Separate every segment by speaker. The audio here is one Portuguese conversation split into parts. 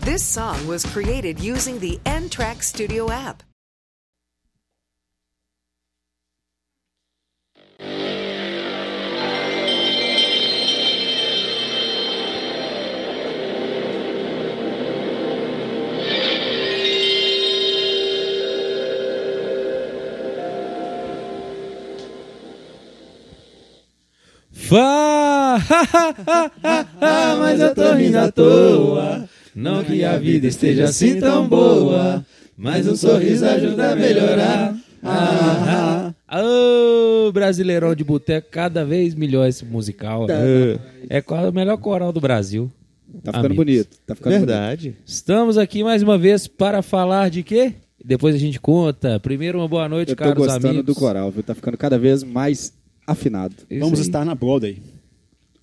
Speaker 1: This song was created using the N Track Studio app.
Speaker 2: Fá, mas eu tô rindo à toa. Não que a vida esteja assim tão boa, mas um sorriso ajuda a melhorar. Ah, ah. Ô, Brasileirão de Boteco, cada vez melhor esse musical. né? É qual- o melhor coral do Brasil.
Speaker 3: Tá ficando
Speaker 2: Amigos.
Speaker 3: bonito. Tá ficando
Speaker 4: Verdade.
Speaker 2: Estamos aqui mais uma vez para falar de quê? Depois a gente conta. Primeiro, uma boa noite,
Speaker 3: bonito. Eu tô
Speaker 2: caros
Speaker 3: gostando
Speaker 2: amigos.
Speaker 3: do coral, viu? Tá ficando cada vez mais afinado. Então,
Speaker 2: Isso
Speaker 5: Vamos
Speaker 2: aí.
Speaker 5: estar na Broadway.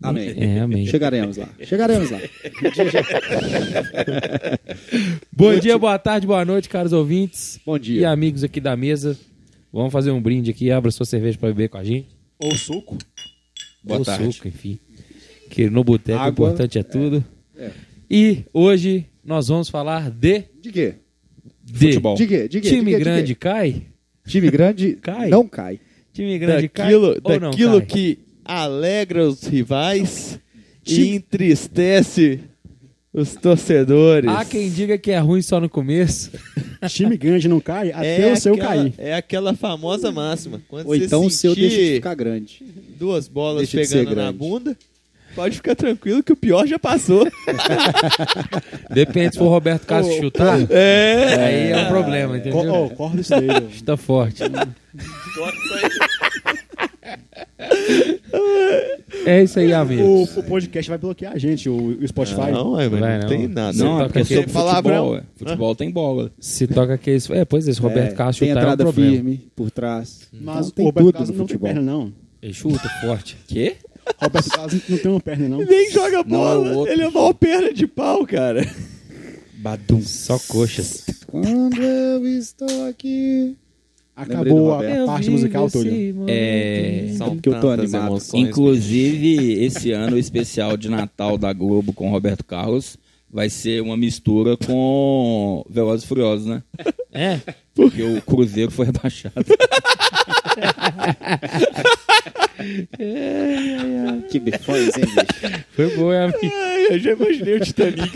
Speaker 3: Amém.
Speaker 2: É, amém.
Speaker 3: Chegaremos lá. Chegaremos lá.
Speaker 2: Bom dia, boa tarde, boa noite, caros ouvintes.
Speaker 3: Bom dia.
Speaker 2: E amigos aqui da mesa. Vamos fazer um brinde aqui. Abra sua cerveja para beber com a gente.
Speaker 5: Ou suco.
Speaker 4: Boa
Speaker 2: Ou
Speaker 4: tarde.
Speaker 2: suco, enfim. Que no boteco o
Speaker 3: Água,
Speaker 2: importante é tudo.
Speaker 3: é.
Speaker 2: E hoje nós vamos falar de...
Speaker 3: De quê?
Speaker 2: de
Speaker 4: Futebol.
Speaker 3: De quê? De quê?
Speaker 2: Time
Speaker 3: De quê? De
Speaker 2: grande
Speaker 3: quê?
Speaker 2: cai?
Speaker 3: Time grande
Speaker 2: Cai.
Speaker 3: não cai.
Speaker 2: Time grande
Speaker 4: Daquilo,
Speaker 2: cai ou não
Speaker 4: daquilo
Speaker 2: cai?
Speaker 4: que alegra os rivais
Speaker 2: Ti-
Speaker 4: e entristece os torcedores.
Speaker 2: Há quem diga que é ruim só no começo.
Speaker 5: Time grande não cai até o seu
Speaker 4: aquela,
Speaker 5: cair.
Speaker 4: É aquela famosa máxima. Quando
Speaker 3: Ou
Speaker 4: você
Speaker 3: então o seu
Speaker 4: sentir
Speaker 3: deixa de ficar grande.
Speaker 4: duas bolas
Speaker 3: deixa de ser
Speaker 4: pegando na
Speaker 3: grande.
Speaker 4: bunda, pode ficar tranquilo que o pior já passou.
Speaker 2: Depende se for o Roberto Castro chutar.
Speaker 4: é.
Speaker 2: Aí é um problema, entendeu?
Speaker 5: Co- oh, corta isso daí. meu.
Speaker 2: Tá forte. é isso aí,
Speaker 5: o,
Speaker 2: amigos.
Speaker 5: o podcast vai bloquear a gente, o, o Spotify.
Speaker 4: Não, é, mas
Speaker 2: Vai
Speaker 4: não,
Speaker 2: não.
Speaker 4: tem nada.
Speaker 2: Não,
Speaker 4: Você
Speaker 2: é porque
Speaker 4: tá
Speaker 2: é
Speaker 4: com palavrão.
Speaker 6: Futebol, é. Futebol tem bola.
Speaker 2: Se toca que isso. É, pois é, esse Roberto
Speaker 3: É,
Speaker 2: Castro
Speaker 3: tem
Speaker 2: chutar é um
Speaker 3: entrada
Speaker 2: problema.
Speaker 3: firme por trás.
Speaker 5: Mas
Speaker 3: Então tem
Speaker 5: o Roberto
Speaker 3: tudo
Speaker 5: Carlos
Speaker 3: no
Speaker 5: não tem
Speaker 3: futebol.
Speaker 5: perna, não.
Speaker 2: Ele chuta forte.
Speaker 6: Quê?
Speaker 5: O Roberto Carlos não tem uma perna, não.
Speaker 4: Nem joga
Speaker 6: é o
Speaker 4: bola.
Speaker 6: outro.
Speaker 4: Ele é mó perna de pau, cara.
Speaker 6: Badum.
Speaker 2: Só coxas.
Speaker 3: Quando eu estou aqui. Lembrei do
Speaker 5: Acabou a,
Speaker 3: Roberto.
Speaker 5: a parte musical, Túlio.
Speaker 6: É,
Speaker 4: São
Speaker 3: que eu tô
Speaker 4: tantas
Speaker 3: animado.
Speaker 4: emoções.
Speaker 6: inclusive, esse ano o especial de Natal da Globo com Roberto Carlos vai ser uma mistura com Velozes e Furiosos, né?
Speaker 2: É?
Speaker 6: Porque o Cruzeiro foi rebaixado.
Speaker 4: É,
Speaker 3: Que bifões, hein, bicho?
Speaker 2: Foi boa, hein, amigo.
Speaker 4: Ai, eu já imaginei o Titanic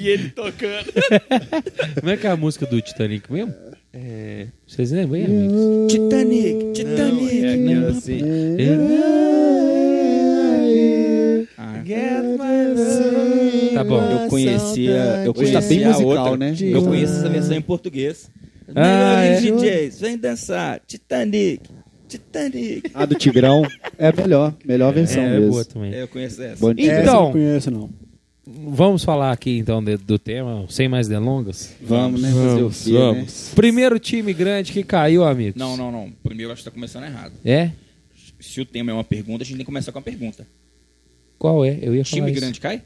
Speaker 4: e ele tocando.
Speaker 2: Como é que é a música do Titanic mesmo? Vocês lembram, hein, amigos?
Speaker 6: Titanic,
Speaker 4: Não, é aquela assim.
Speaker 2: Tá bom.
Speaker 4: Ah,
Speaker 6: Eu conhecia, eu
Speaker 3: Hoje
Speaker 6: conhecia
Speaker 3: tá bem
Speaker 6: a
Speaker 3: musical,
Speaker 6: outra,
Speaker 3: né?
Speaker 6: Eu conheço essa versão em português.
Speaker 2: Ah, é?
Speaker 6: Melhores DJs, vem dançar. Titanic, Titanic.
Speaker 4: Ah.
Speaker 3: A do Tigrão é melhor. Melhor versão
Speaker 2: É, é
Speaker 3: mesmo.
Speaker 2: boa também.
Speaker 6: É, Eu conheço essa.
Speaker 3: Bom dia.
Speaker 5: Essa eu
Speaker 2: Então.
Speaker 5: não conheço, não.
Speaker 2: Vamos falar aqui então de- do tema, sem mais delongas.
Speaker 3: Vamos, né? Fazer o quê, né?
Speaker 2: Primeiro time grande que caiu, amigos.
Speaker 6: Não, não, não. Primeiro acho que tá começando errado.
Speaker 2: É?
Speaker 6: Se o tema é uma pergunta, a gente tem que começar com uma pergunta.
Speaker 2: Qual é? Eu ia falar
Speaker 6: Time
Speaker 2: isso.
Speaker 6: grande cai?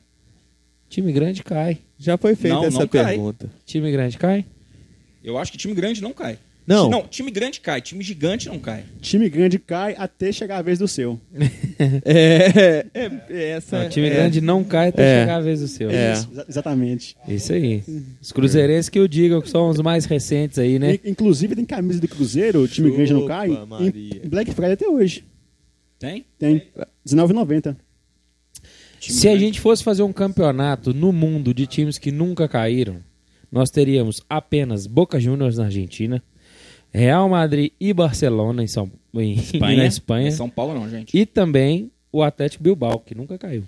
Speaker 2: Time grande cai.
Speaker 4: Já foi feita
Speaker 6: Não, não
Speaker 4: essa
Speaker 6: cai.
Speaker 4: pergunta.
Speaker 2: Time grande cai?
Speaker 6: Eu acho que time grande não cai.
Speaker 4: Não.
Speaker 6: Não, time grande cai, time gigante não cai.
Speaker 5: Time grande cai até chegar a vez do seu.
Speaker 4: É, é, é essa.
Speaker 2: Não, time
Speaker 4: é.
Speaker 2: grande não cai até
Speaker 4: É.
Speaker 2: chegar a vez do seu.
Speaker 4: É.
Speaker 5: Isso, exa- exatamente.
Speaker 2: Isso aí. Os cruzeirenses que eu digo que são os mais recentes aí, né?
Speaker 5: In- Inclusive, tem camisa do Cruzeiro, o time grande não cai.
Speaker 4: Chupa, Maria.
Speaker 5: Em Black Friday até hoje.
Speaker 6: Tem?
Speaker 5: Tem. R$19,90.
Speaker 6: Time
Speaker 2: Se a
Speaker 6: grande-
Speaker 2: gente fosse fazer um campeonato no mundo de times que nunca caíram, nós teríamos apenas Boca Juniors na Argentina, Real Madrid e Barcelona em São em, na Espanha,
Speaker 6: É São Paulo não, gente.
Speaker 2: e também o Atlético Bilbao, que nunca caiu.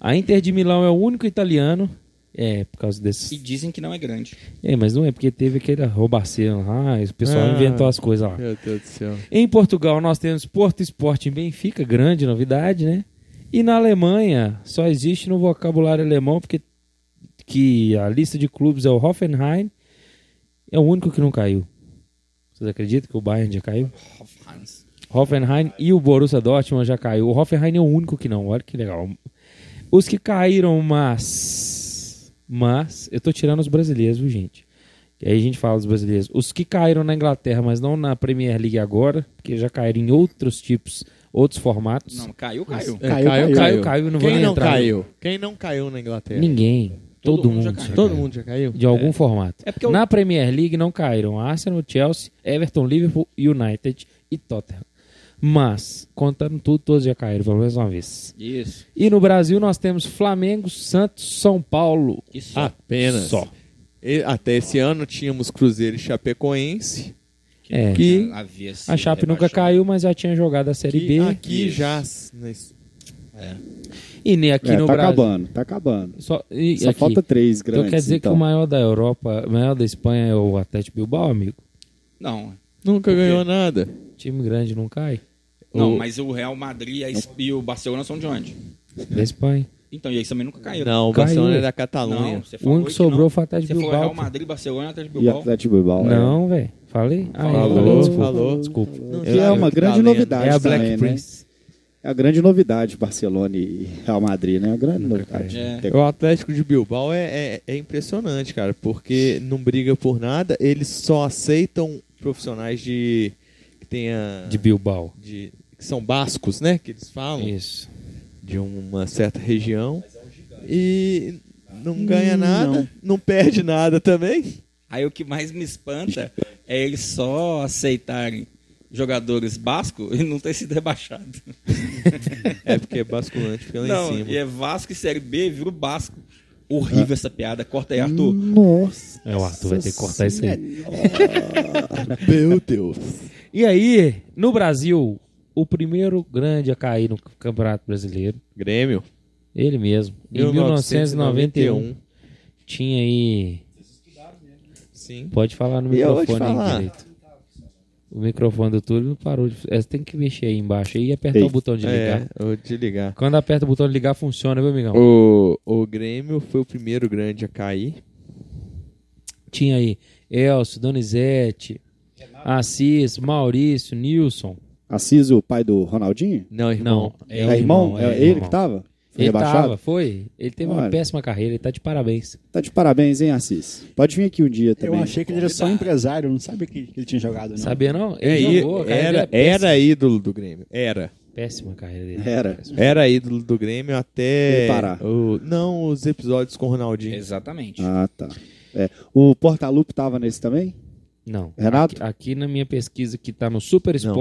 Speaker 2: A Inter de Milão é o único italiano, é, por causa
Speaker 6: E
Speaker 2: desses.
Speaker 6: dizem que não é grande.
Speaker 2: É, mas não é porque teve aquele roubaceiro lá, e o pessoal
Speaker 4: Ah.
Speaker 2: inventou as coisas lá.
Speaker 4: Meu Deus do céu.
Speaker 2: Em Portugal, nós temos Porto Esporte em Benfica, grande novidade, né? E na Alemanha, só existe no vocabulário alemão, porque que a lista de clubes é o Hoffenheim, é o único que não caiu. Vocês acreditam que o Bayern já caiu?
Speaker 6: Hoffenheim.
Speaker 2: Hoffenheim e o Borussia Dortmund já caiu. O Hoffenheim é o único que não, olha que legal. Os que caíram, mas... Mas, eu tô tirando os brasileiros, viu, gente? E aí a gente fala dos brasileiros. Os que caíram na Inglaterra, mas não na Premier League agora, porque já caíram em outros tiptipos, outros formatos.
Speaker 6: Não, caiu, caiu.
Speaker 2: É.
Speaker 5: Caiu, caiu.
Speaker 2: caiu, caiu, não vou
Speaker 4: Quem
Speaker 2: nem
Speaker 4: não
Speaker 2: entrar.
Speaker 4: caiu? Quem não caiu na Inglaterra?
Speaker 2: Ninguém. Todo, mundo.
Speaker 7: já caiu. Todo mundo já caiu?
Speaker 2: De algum formato.
Speaker 7: É porque o-
Speaker 2: Na Premier League não caíram Arsenal, Chelsea, Everton, Liverpool, United e Tottenham. Mas, contando tudo, todos já caíram, pelo menos uma vez.
Speaker 4: Isso.
Speaker 2: E no Brasil nós temos Flamengo, Santos, São Paulo.
Speaker 4: Que só.
Speaker 7: Apenas.
Speaker 2: Só.
Speaker 7: E- até Então, esse ano tínhamos Cruzeiro e Chapecoense.
Speaker 2: É.
Speaker 7: Que
Speaker 4: Né? Havia sido
Speaker 2: A Chape nunca
Speaker 4: rebaixado.
Speaker 2: caiu, mas já tinha jogado a Série
Speaker 7: que
Speaker 2: B.
Speaker 7: aqui
Speaker 4: Isso.
Speaker 7: já. s- nesse-
Speaker 2: E nem aqui
Speaker 3: É,
Speaker 2: no
Speaker 3: tá
Speaker 2: Brasil.
Speaker 3: acabando, tá acabando.
Speaker 2: Só, e
Speaker 3: Só
Speaker 2: aqui.
Speaker 3: falta três grandes.
Speaker 2: Então quer dizer
Speaker 3: então.
Speaker 2: que o maior da Europa, o maior da Espanha é o Atlético Bilbao, amigo?
Speaker 4: Não.
Speaker 7: Nunca ganhou nada.
Speaker 2: Time grande não cai?
Speaker 4: Não,
Speaker 7: O-
Speaker 4: mas o Real Madrid a es- e o Barcelona são de onde?
Speaker 2: Da Espanha.
Speaker 4: Então, e eles também nunca caíram.
Speaker 7: Não, o
Speaker 2: Caiu.
Speaker 7: Barcelona é da
Speaker 4: Não,
Speaker 7: Catalunha.
Speaker 4: você
Speaker 2: O
Speaker 4: falou
Speaker 2: único que
Speaker 4: que
Speaker 2: sobrou
Speaker 4: não.
Speaker 2: foi o Atlético
Speaker 4: Você falou Real
Speaker 2: Bilbao. pô.
Speaker 4: Madrid, Barcelona e Atlético
Speaker 3: E
Speaker 4: Bilbao.
Speaker 3: Atlético Bilbao. é.
Speaker 2: Não, velho. Falei? Ah, eu
Speaker 7: Falou,
Speaker 2: falei, desculpa.
Speaker 7: falou.
Speaker 2: Desculpa.
Speaker 7: Não,
Speaker 3: Que é
Speaker 7: já-
Speaker 3: uma grande
Speaker 7: Galeno.
Speaker 3: novidade
Speaker 7: É a
Speaker 3: também,
Speaker 7: Black
Speaker 3: né?
Speaker 7: Prince.
Speaker 3: É a grande novidade, Barcelona e Real Madrid, né? A grande novidade.
Speaker 4: cai. É.
Speaker 3: Tem-
Speaker 7: O Atlético de Bilbao é, é- é impressionante, cara, porque não briga por nada, eles só aceitam profissionais de que tenha
Speaker 2: De Bilbao.
Speaker 7: de- que são bascos, né, que eles falam
Speaker 2: Isso.
Speaker 7: de uma certa região e não ganha nada, não. perde nada também.
Speaker 4: Aí o que mais me espanta é eles só aceitarem jogadores basco e não ter sido rebaixado.
Speaker 7: É porque é basculante, fica lá
Speaker 4: não,
Speaker 7: em cima. Ah.
Speaker 4: e é Vasco e Série B vira o Basco. Horrível essa piada. Corta aí, Arthur.
Speaker 3: Nossa.
Speaker 2: É, o Arthur vai ter que cortar isso aí.
Speaker 7: Meu Deus.
Speaker 2: E aí, no Brasil, o primeiro grande a cair no Campeonato Brasileiro,
Speaker 7: Grêmio.
Speaker 2: ele mesmo. Em 1991, tinha aí...
Speaker 7: Sim.
Speaker 2: Pode falar no
Speaker 7: E eu vou te
Speaker 2: microfone aí
Speaker 7: falar.
Speaker 2: direito. O microfone do Túlio não parou de... é, Você tem que mexer aí embaixo aí e apertar
Speaker 3: Ei.
Speaker 2: o botão de ligar.
Speaker 7: É, vou te ligar.
Speaker 2: Quando aperta o botão de ligar, funciona, viu, amigão?
Speaker 7: O, o Grêmio foi o primeiro grande a cair.
Speaker 2: Tinha aí Elcio, Donizete, Assis, Maurício, Nilson.
Speaker 3: Assis, o pai do Ronaldinho?
Speaker 7: Não,
Speaker 2: Não,
Speaker 7: irmão.
Speaker 3: É, irmão? É, ele que tava? Foi
Speaker 2: Ele
Speaker 3: rebaixado?
Speaker 2: tava, foi. Ele teve uma
Speaker 3: Olha.
Speaker 2: péssima carreira, ele tá de parabéns.
Speaker 3: Tá de parabéns, hein, Assis? Pode vir aqui um dia
Speaker 4: Eu
Speaker 3: também.
Speaker 4: achei-
Speaker 3: que
Speaker 4: que ele era só
Speaker 3: empresário, não sabia que, ele tinha jogado, não.
Speaker 2: Sabia não?
Speaker 7: É,
Speaker 2: Ele jogou, a
Speaker 7: i-
Speaker 2: carreira
Speaker 7: era,
Speaker 2: péssima.
Speaker 7: era ídolo do Grêmio. Era.
Speaker 2: Péssima a carreira dele.
Speaker 3: Era.
Speaker 7: Era ídolo do Grêmio até.
Speaker 3: Ele parar.
Speaker 7: o- não, os episódios com o Ronaldinho.
Speaker 4: Exatamente.
Speaker 3: Ah, tá. É. O Portalupe tava nesse também?
Speaker 2: Não.
Speaker 3: Renato?
Speaker 7: tá
Speaker 2: Aqui, aqui na minha pesquisa que tá no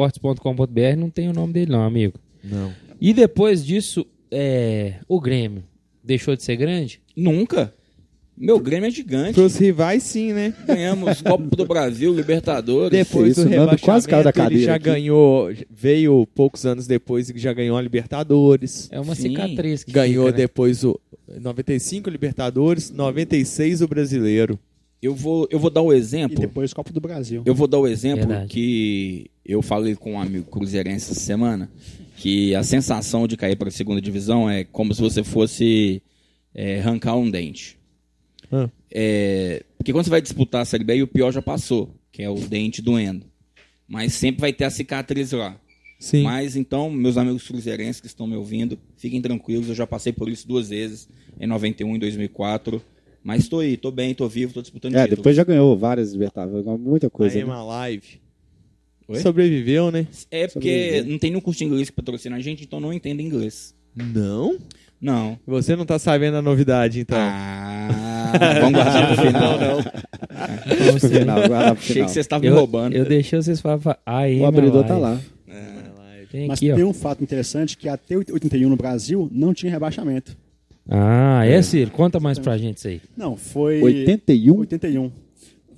Speaker 2: superesportes.com.br não tem o nome dele não, amigo.
Speaker 7: Não.
Speaker 2: E depois disso, é, o Grêmio deixou de ser grande?
Speaker 4: Nunca. Meu Grêmio é gigante.
Speaker 7: Pros rivais, sim, né?
Speaker 4: Ganhamos Copa do Brasil, Libertadores.
Speaker 7: Depois
Speaker 3: isso,
Speaker 7: do
Speaker 3: o Nando
Speaker 7: rebaixamento,
Speaker 3: quase caiu da
Speaker 7: ele
Speaker 3: cadeira
Speaker 7: já
Speaker 3: aqui.
Speaker 7: ganhou, veio poucos anos depois e já ganhou a Libertadores.
Speaker 2: É uma
Speaker 4: Sim.
Speaker 2: cicatriz que
Speaker 7: Ganhou
Speaker 2: fica, né?
Speaker 7: depois o 95 Libertadores, 96 o Brasileiro.
Speaker 4: Eu vou, eu vou dar um
Speaker 3: E
Speaker 4: exemplo.
Speaker 3: depois Copa do Brasil.
Speaker 4: Eu vou dar o exemplo
Speaker 2: Verdade.
Speaker 4: que eu falei com um amigo cruzeirense essa semana, que a sensação de cair para a segunda divisão é como se você fosse é, arrancar um dente.
Speaker 7: Ah.
Speaker 4: É, porque quando você vai disputar a Série B, aí o pior já passou, que é o dente doendo. Mas sempre vai ter a cicatriz lá.
Speaker 7: Sim.
Speaker 4: Mas então, meus amigos cruzeirenses que estão me ouvindo, fiquem tranquilos, eu já passei por isso duas vezes, em 91 e 2004. Mas tô aí, tô bem, tô vivo, tô disputando
Speaker 3: É,
Speaker 4: título.
Speaker 3: depois já ganhou várias Libertadores, ganhou muita coisa.
Speaker 7: Aí é
Speaker 3: né?
Speaker 7: uma live.
Speaker 4: Oi?
Speaker 7: Sobreviveu, né?
Speaker 4: É porque não tem nenhum curso de inglês que patrocina a gente, então não entendo inglês.
Speaker 7: Não?
Speaker 4: Não.
Speaker 7: Você não tá sabendo a novidade, então.
Speaker 4: Ah, vamos guardar pro final.
Speaker 2: Então, assim,
Speaker 3: Final, guarda pro
Speaker 4: Achei
Speaker 3: final.
Speaker 4: que vocês estavam me
Speaker 2: Eu,
Speaker 4: roubando.
Speaker 2: eu deixei vocês falar. Aí,
Speaker 3: O abridor tá lá.
Speaker 2: Tem
Speaker 3: Mas
Speaker 2: aqui, ó.
Speaker 3: tem um fato interessante que até 81 no Brasil não tinha rebaixamento.
Speaker 2: Ah, é, Ciro? Conta mais pra gente isso aí.
Speaker 3: Não, foi
Speaker 8: 81?
Speaker 3: 81.
Speaker 8: Nossa,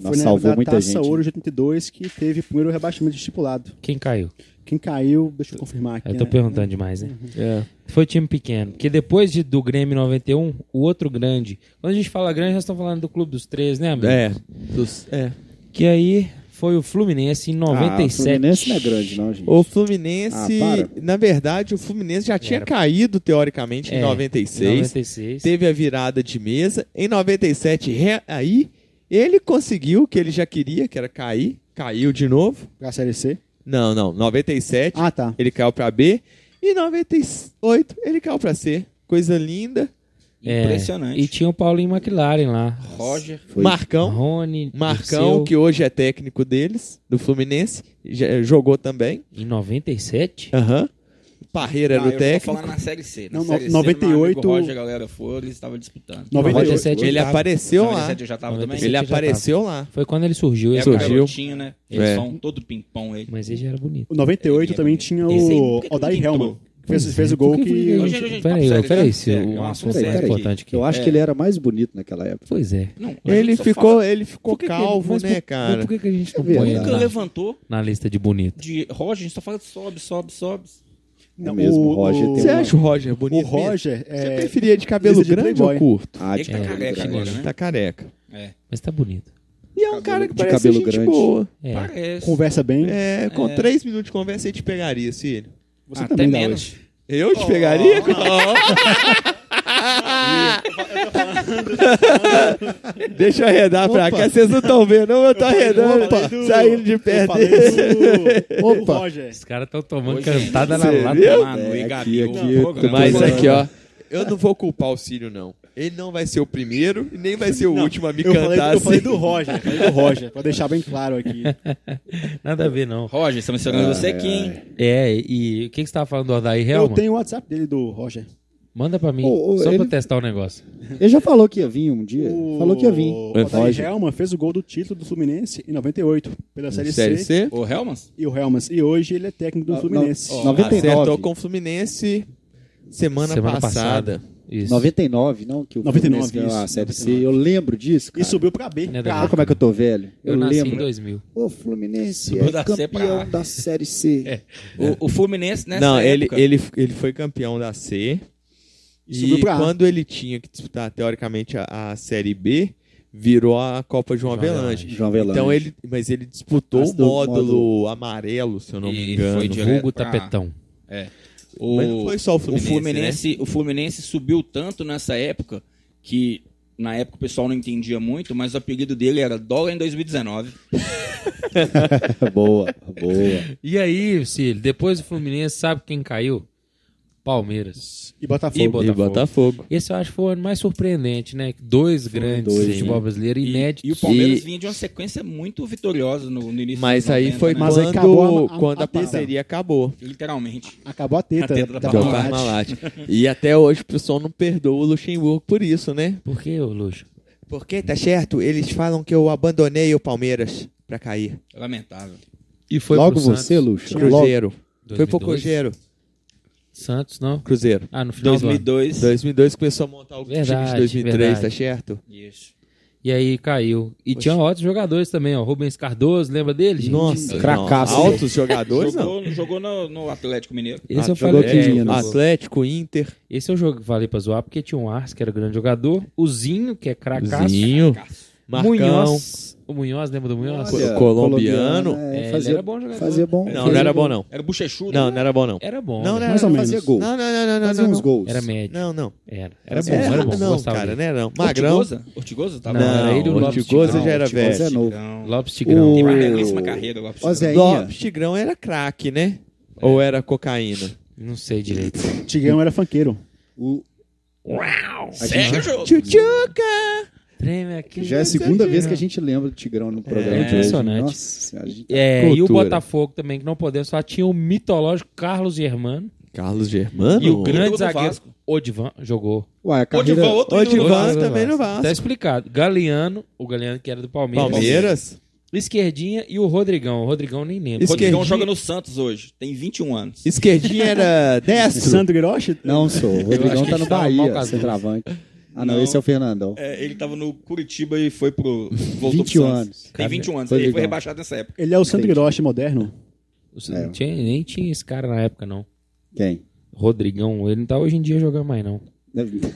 Speaker 3: foi na,
Speaker 8: salvou
Speaker 3: na
Speaker 8: muita
Speaker 3: Taça
Speaker 8: gente, hein?
Speaker 3: Ouro de 82 que teve o primeiro rebaixamento estipulado.
Speaker 2: Quem caiu?
Speaker 3: Quem caiu, deixa eu confirmar aqui.
Speaker 2: Eu tô
Speaker 3: né?
Speaker 2: perguntando demais, né?
Speaker 7: É.
Speaker 2: Foi time pequeno. Porque depois de- do Grêmio 91, o outro grande. Quando a gente fala grande, nós estamos falando do Clube dos Três, né, amigo?
Speaker 7: É. Dos- é.
Speaker 2: Que aí foi o Fluminense em
Speaker 3: Ah,
Speaker 2: 97.
Speaker 3: O Fluminense não é grande, não, gente.
Speaker 7: O Fluminense,
Speaker 3: Ah, para.
Speaker 7: na verdade, o Fluminense já tinha
Speaker 2: Era.
Speaker 7: caído teoricamente
Speaker 2: É,
Speaker 7: em 96.
Speaker 2: 96.
Speaker 7: Teve a virada de mesa. Em 97, re- aí ele conseguiu o que ele já queria, que era cair. Caiu de novo.
Speaker 3: Pra Série C.
Speaker 7: Não, não. 97,
Speaker 3: Ah, tá.
Speaker 7: ele caiu pra B. E 98, ele caiu pra C. Coisa linda.
Speaker 2: É,
Speaker 4: Impressionante.
Speaker 2: E tinha o Paulinho McLaren lá.
Speaker 4: Roger.
Speaker 3: Foi.
Speaker 7: Marcão.
Speaker 2: Rony.
Speaker 7: Marcão,
Speaker 2: Dirceu,
Speaker 7: que hoje é técnico deles, do Fluminense, já- jogou também.
Speaker 2: Em 97?
Speaker 7: Aham. Parreira era
Speaker 4: Ah,
Speaker 7: o
Speaker 4: eu
Speaker 7: técnico.
Speaker 4: Tô falando na Série C. Na
Speaker 3: Não, no-
Speaker 4: série C, meu
Speaker 3: 98
Speaker 4: amigo Roger Galera Flores estava disputando.
Speaker 3: 98.
Speaker 2: 97.
Speaker 7: Ele
Speaker 2: tava.
Speaker 7: apareceu lá.
Speaker 4: 97 eu já tava também. É
Speaker 2: 97
Speaker 7: um, ah. Ele
Speaker 2: já tava.
Speaker 7: apareceu lá.
Speaker 2: Foi quando ele surgiu. Ele
Speaker 4: Era um
Speaker 7: surgiu.
Speaker 4: garotinho, né? Eles
Speaker 7: É.
Speaker 4: são todo pimpão aí.
Speaker 2: Mas ele já era bonito.
Speaker 3: O 98
Speaker 4: Ele é
Speaker 3: também
Speaker 4: bonito.
Speaker 3: tinha
Speaker 4: Esse aí, por
Speaker 3: o
Speaker 4: que que
Speaker 3: Odai
Speaker 4: ninguém
Speaker 3: Helman,
Speaker 4: entrou?
Speaker 3: que fez, fez o gol
Speaker 2: Por que que
Speaker 3: que...
Speaker 4: Hoje- hoje a gente
Speaker 2: Peraí,
Speaker 4: tá sério,
Speaker 2: peraí,
Speaker 4: né?
Speaker 2: se
Speaker 4: Sério, é
Speaker 2: o
Speaker 4: um
Speaker 2: assunto
Speaker 4: assunto
Speaker 3: Peraí,
Speaker 2: é
Speaker 3: peraí.
Speaker 2: importante aqui.
Speaker 3: Eu acho que ele era mais bonito naquela época.
Speaker 2: Pois é.
Speaker 4: Não, a
Speaker 7: Ele
Speaker 4: gente só
Speaker 7: ficou,
Speaker 4: fala-
Speaker 7: ele ficou
Speaker 2: Por que que-
Speaker 7: calvo,
Speaker 2: mas
Speaker 7: né,
Speaker 2: por-
Speaker 7: cara?
Speaker 2: Por que, que a gente não
Speaker 3: É
Speaker 2: põe
Speaker 3: verdade.
Speaker 4: Nunca
Speaker 7: né?
Speaker 2: ele lá
Speaker 4: levantou
Speaker 2: na lista de bonito?
Speaker 4: de Roger, a gente só fala de sobe, sobe, sobe.
Speaker 3: Não, É mesmo, o Roger tem
Speaker 7: Você
Speaker 3: uma-
Speaker 7: acha o Roger um
Speaker 3: O
Speaker 7: bonito? mesmo?
Speaker 3: Roger...
Speaker 7: Você
Speaker 3: é-
Speaker 7: preferia de cabelo
Speaker 3: lista de
Speaker 7: grande ou
Speaker 3: Playboy.
Speaker 7: curto?
Speaker 3: Ah,
Speaker 4: Ele tá
Speaker 3: tinha-
Speaker 4: careca agora, né?
Speaker 7: Tá careca.
Speaker 4: É.
Speaker 2: Mas tá bonito.
Speaker 7: E é um cara que
Speaker 3: de
Speaker 7: parece
Speaker 3: cabelo
Speaker 7: gente
Speaker 3: grande.
Speaker 7: boa.
Speaker 2: É.
Speaker 4: Parece.
Speaker 3: Conversa bem.
Speaker 7: É, com três minutos de conversa ele te pegaria, filho.
Speaker 3: Você
Speaker 4: Até
Speaker 3: também dá
Speaker 4: menos.
Speaker 3: hoje.
Speaker 7: Eu te pegaria, cara? Deixa eu arredar pra
Speaker 3: Opa.
Speaker 7: cá, vocês não estão vendo, não, eu tô arredando,
Speaker 3: Opa. do-
Speaker 7: saindo de
Speaker 3: Eu
Speaker 7: perto
Speaker 3: falei
Speaker 7: dele.
Speaker 3: do- do Opa.
Speaker 2: Os caras estão tomando
Speaker 4: Hoje,
Speaker 2: cantada na
Speaker 7: você
Speaker 2: lata.
Speaker 7: viu?
Speaker 4: Mano,
Speaker 3: É,
Speaker 4: e
Speaker 3: aqui,
Speaker 4: Gabi,
Speaker 3: aqui,
Speaker 4: o programa.
Speaker 7: Mas
Speaker 3: Tô
Speaker 7: aqui, ó, eu não vou culpar o Círio, não. Ele não vai ser o primeiro e nem vai ser o último a me
Speaker 3: Eu falei,
Speaker 7: cantar
Speaker 3: eu falei
Speaker 7: assim.
Speaker 3: do Roger, falei do Roger, pra deixar bem claro aqui.
Speaker 2: Nada a ver, não.
Speaker 4: Roger, estamos
Speaker 7: Ah,
Speaker 4: ensinando você aqui, hein?
Speaker 2: É, e o que, que você tava falando do Odair
Speaker 3: Eu
Speaker 2: Helman?
Speaker 3: tenho o WhatsApp dele do Roger.
Speaker 2: Manda pra mim,
Speaker 3: Ô, ô,
Speaker 2: só pra
Speaker 3: ele-
Speaker 2: testar o negócio.
Speaker 3: Ele já falou que ia vir um dia. Falou que ia vir.
Speaker 7: É,
Speaker 3: O Odair
Speaker 7: Roger.
Speaker 3: Helman fez o gol do título do Fluminense em 98, pela Série,
Speaker 7: Série
Speaker 3: C,
Speaker 7: C?
Speaker 4: O Helmans?
Speaker 3: e o Helmans. E hoje ele é técnico do
Speaker 7: Ah,
Speaker 3: Fluminense.
Speaker 7: não, ó,
Speaker 3: 99.
Speaker 7: Acertou com o Fluminense semana,
Speaker 2: Semana
Speaker 7: passada.
Speaker 2: passada. Isso.
Speaker 5: 99, não? Que o
Speaker 3: 99,
Speaker 5: Fluminense ganhou a
Speaker 3: isso,
Speaker 5: Série C. Eu lembro disso,
Speaker 7: Ah,
Speaker 5: cara.
Speaker 3: E subiu pra B.
Speaker 2: Né,
Speaker 3: pra
Speaker 5: Ah,
Speaker 3: A.
Speaker 5: como é que eu tô velho? Eu,
Speaker 2: Eu nasci em
Speaker 5: lembro.
Speaker 2: 2000.
Speaker 5: O Fluminense
Speaker 4: Subiu
Speaker 5: é
Speaker 4: da C pra A.
Speaker 5: campeão da Série C.
Speaker 4: O, o Fluminense, nessa
Speaker 7: Não, ele,
Speaker 4: época,
Speaker 7: ele, ele foi campeão da C.
Speaker 3: E subiu
Speaker 7: E
Speaker 3: pra A.
Speaker 7: quando ele tinha que disputar, teoricamente, a, a Série B, virou a Copa João Avelange.
Speaker 5: João Avelange.
Speaker 7: Então ele, mas ele disputou
Speaker 5: Mas
Speaker 7: o
Speaker 5: do
Speaker 7: módulo,
Speaker 5: módulo-
Speaker 7: amarelo, se eu não me
Speaker 4: E
Speaker 7: engano.
Speaker 4: foi direto.
Speaker 2: Vulgo
Speaker 4: pra-
Speaker 2: tapetão.
Speaker 4: o,
Speaker 7: Mas não foi só o Fluminense, né?
Speaker 4: O Fluminense, o Fluminense subiu tanto nessa época que na época o pessoal não entendia muito, mas o apelido dele era Dólar em 2019.
Speaker 5: boa, boa.
Speaker 2: E aí, Cílio, depois o Fluminense sabe quem caiu? Palmeiras.
Speaker 3: E
Speaker 2: E
Speaker 3: Botafogo.
Speaker 2: Botafogo.
Speaker 7: E Botafogo.
Speaker 2: Esse eu acho que foi o ano mais surpreendente, né? Dois né? grandes
Speaker 5: dois,
Speaker 2: do futebol brasileiro
Speaker 4: E-
Speaker 2: inéditos.
Speaker 4: E, o Palmeiras
Speaker 7: E-
Speaker 4: vinha de uma sequência muito vitoriosa no, no início
Speaker 7: Mas
Speaker 4: dos
Speaker 7: aí
Speaker 4: 90,
Speaker 7: foi
Speaker 4: né?
Speaker 3: Mas aí
Speaker 7: quando,
Speaker 3: acabou a- a-
Speaker 7: quando a,
Speaker 3: a teta.
Speaker 7: parceria acabou.
Speaker 4: Literalmente.
Speaker 3: Acabou a teta,
Speaker 4: A teta da
Speaker 3: da
Speaker 7: Do
Speaker 4: Parmalat.
Speaker 3: Parmalat.
Speaker 7: Parmalat. e até hoje o pessoal não perdoa o Luxemburgo por isso, né?
Speaker 2: Por que, ô Luxo?
Speaker 7: Porque, tá certo, eles falam que eu abandonei o Palmeiras pra cair.
Speaker 4: Lamentável.
Speaker 2: E foi
Speaker 5: Logo
Speaker 2: pro Santos.
Speaker 5: você, Luxo. Logo.
Speaker 7: Cruzeiro. Foi pro
Speaker 2: 2002.
Speaker 7: Cruzeiro.
Speaker 2: Santos, não?
Speaker 7: Cruzeiro.
Speaker 2: Ah, no final do ano.
Speaker 4: 2002.
Speaker 7: 2002 começou a montar o time de
Speaker 2: Verdade,
Speaker 7: 2003, tá
Speaker 2: verdade.
Speaker 7: certo?
Speaker 4: Isso.
Speaker 2: E aí caiu. E tinha ótimos jogadores também, ó. Rubens Cardoso, lembra dele?
Speaker 7: Nossa,
Speaker 5: Cracaço.
Speaker 7: não. altos jogadores não.
Speaker 4: Jogou, jogou no, no Atlético Mineiro.
Speaker 2: Esse eu
Speaker 7: Atlético,
Speaker 2: falei.
Speaker 5: aqui em
Speaker 2: é, ele
Speaker 5: Minas.
Speaker 2: jogou.
Speaker 7: Atlético, Inter,
Speaker 2: Esse eu jogo, falei pra zoar, porque tinha um Ars, que era grande jogador. O Zinho, que é cracaço.
Speaker 7: Zinho, Marcão,
Speaker 2: Munhoz. O Munhoz, lembra do Munhoz?
Speaker 7: Olha.
Speaker 5: Olha,
Speaker 7: colombiano.
Speaker 5: é,
Speaker 2: É, ele
Speaker 5: fazia,
Speaker 2: era bom jogador.
Speaker 5: Fazia bom.
Speaker 7: Não, não era bom não.
Speaker 4: Era o né? bochechudo.
Speaker 7: Não, não era bom não.
Speaker 2: Era bom. né?
Speaker 7: Não, não era
Speaker 5: Mais
Speaker 7: não.
Speaker 5: ou
Speaker 7: Não,
Speaker 5: menos.
Speaker 3: fazia gol.
Speaker 7: não, não, não, não.
Speaker 5: Fazia
Speaker 7: não.
Speaker 5: uns gols.
Speaker 2: Era médio.
Speaker 7: Não, não.
Speaker 2: Era. Era bom,
Speaker 7: É,
Speaker 2: era bom.
Speaker 7: não,
Speaker 2: gostava
Speaker 7: cara,
Speaker 2: dele.
Speaker 7: não era não. Magrão.
Speaker 4: Ortigosa? Ortigosa tá tava
Speaker 2: Não,
Speaker 4: lá.
Speaker 2: era ele e o
Speaker 7: Não, o
Speaker 2: Lopes
Speaker 7: Ortigosa
Speaker 2: Tigrão.
Speaker 7: já era
Speaker 5: Ortigosa
Speaker 7: velho.
Speaker 5: é novo.
Speaker 2: Lopes Tigrão.
Speaker 4: Tem uma
Speaker 5: O-
Speaker 4: belíssima carreira. o Lopes
Speaker 5: Ó, Zé,
Speaker 7: Lopes Tigrão era craque, né? Ou era cocaína?
Speaker 2: Não sei direito.
Speaker 3: Tigrão era funkeiro.
Speaker 5: O-
Speaker 4: Segue o jogo.
Speaker 7: Tchutchuca!
Speaker 2: Treme aqui.
Speaker 5: já é a segunda vez que a gente lembra do Tigrão no programa de hoje.
Speaker 2: impressionante.
Speaker 5: Nossa, senhora, a gente-
Speaker 2: É, e o
Speaker 7: Cultura.
Speaker 2: Botafogo também, que não podemos falar, tinha o mitológico Carlos Germano
Speaker 7: Carlos Germano?
Speaker 2: e o
Speaker 4: jogou no
Speaker 2: grande zagueiro
Speaker 4: Vasco.
Speaker 2: Odivan jogou.
Speaker 5: Ué, a
Speaker 4: Onde
Speaker 5: carreira...
Speaker 4: vai outro?
Speaker 7: Odivan
Speaker 2: Odivan
Speaker 7: também no
Speaker 2: Tá
Speaker 7: Vasco.
Speaker 2: explicado. Galeano, o Galeano que era do Palmeiras.
Speaker 7: Palmeiras?
Speaker 2: Esquerdinha e o Rodrigão. O Rodrigão nem lembro.
Speaker 7: Esquer-
Speaker 4: Rodrigão
Speaker 7: Esquerdinho.
Speaker 4: joga no Santos hoje. Tem 21 anos.
Speaker 7: Esquerdinha era destro?
Speaker 3: Sandro Hiroshi?
Speaker 5: Não, sou. O
Speaker 2: Eu acho
Speaker 5: Rodrigão
Speaker 2: que
Speaker 5: tá
Speaker 2: eles
Speaker 5: no
Speaker 2: estavam mal com
Speaker 5: Bahia,
Speaker 2: as duas.
Speaker 5: centroavante. Ah, não,
Speaker 4: Não.
Speaker 5: esse é o Fernandão.
Speaker 4: É, ele tava no Curitiba e foi pro. Voltou
Speaker 5: 21
Speaker 4: pro Santos.
Speaker 5: anos.
Speaker 4: Tem 21 anos. Ele
Speaker 5: Rodrigão.
Speaker 4: foi rebaixado nessa época.
Speaker 3: Ele é o Sandro Hiroshi moderno.
Speaker 2: Você
Speaker 7: É.
Speaker 2: não tinha- nem tinha esse cara na época, não.
Speaker 5: Quem?
Speaker 2: Rodrigão, ele não tá hoje em dia jogando mais, não.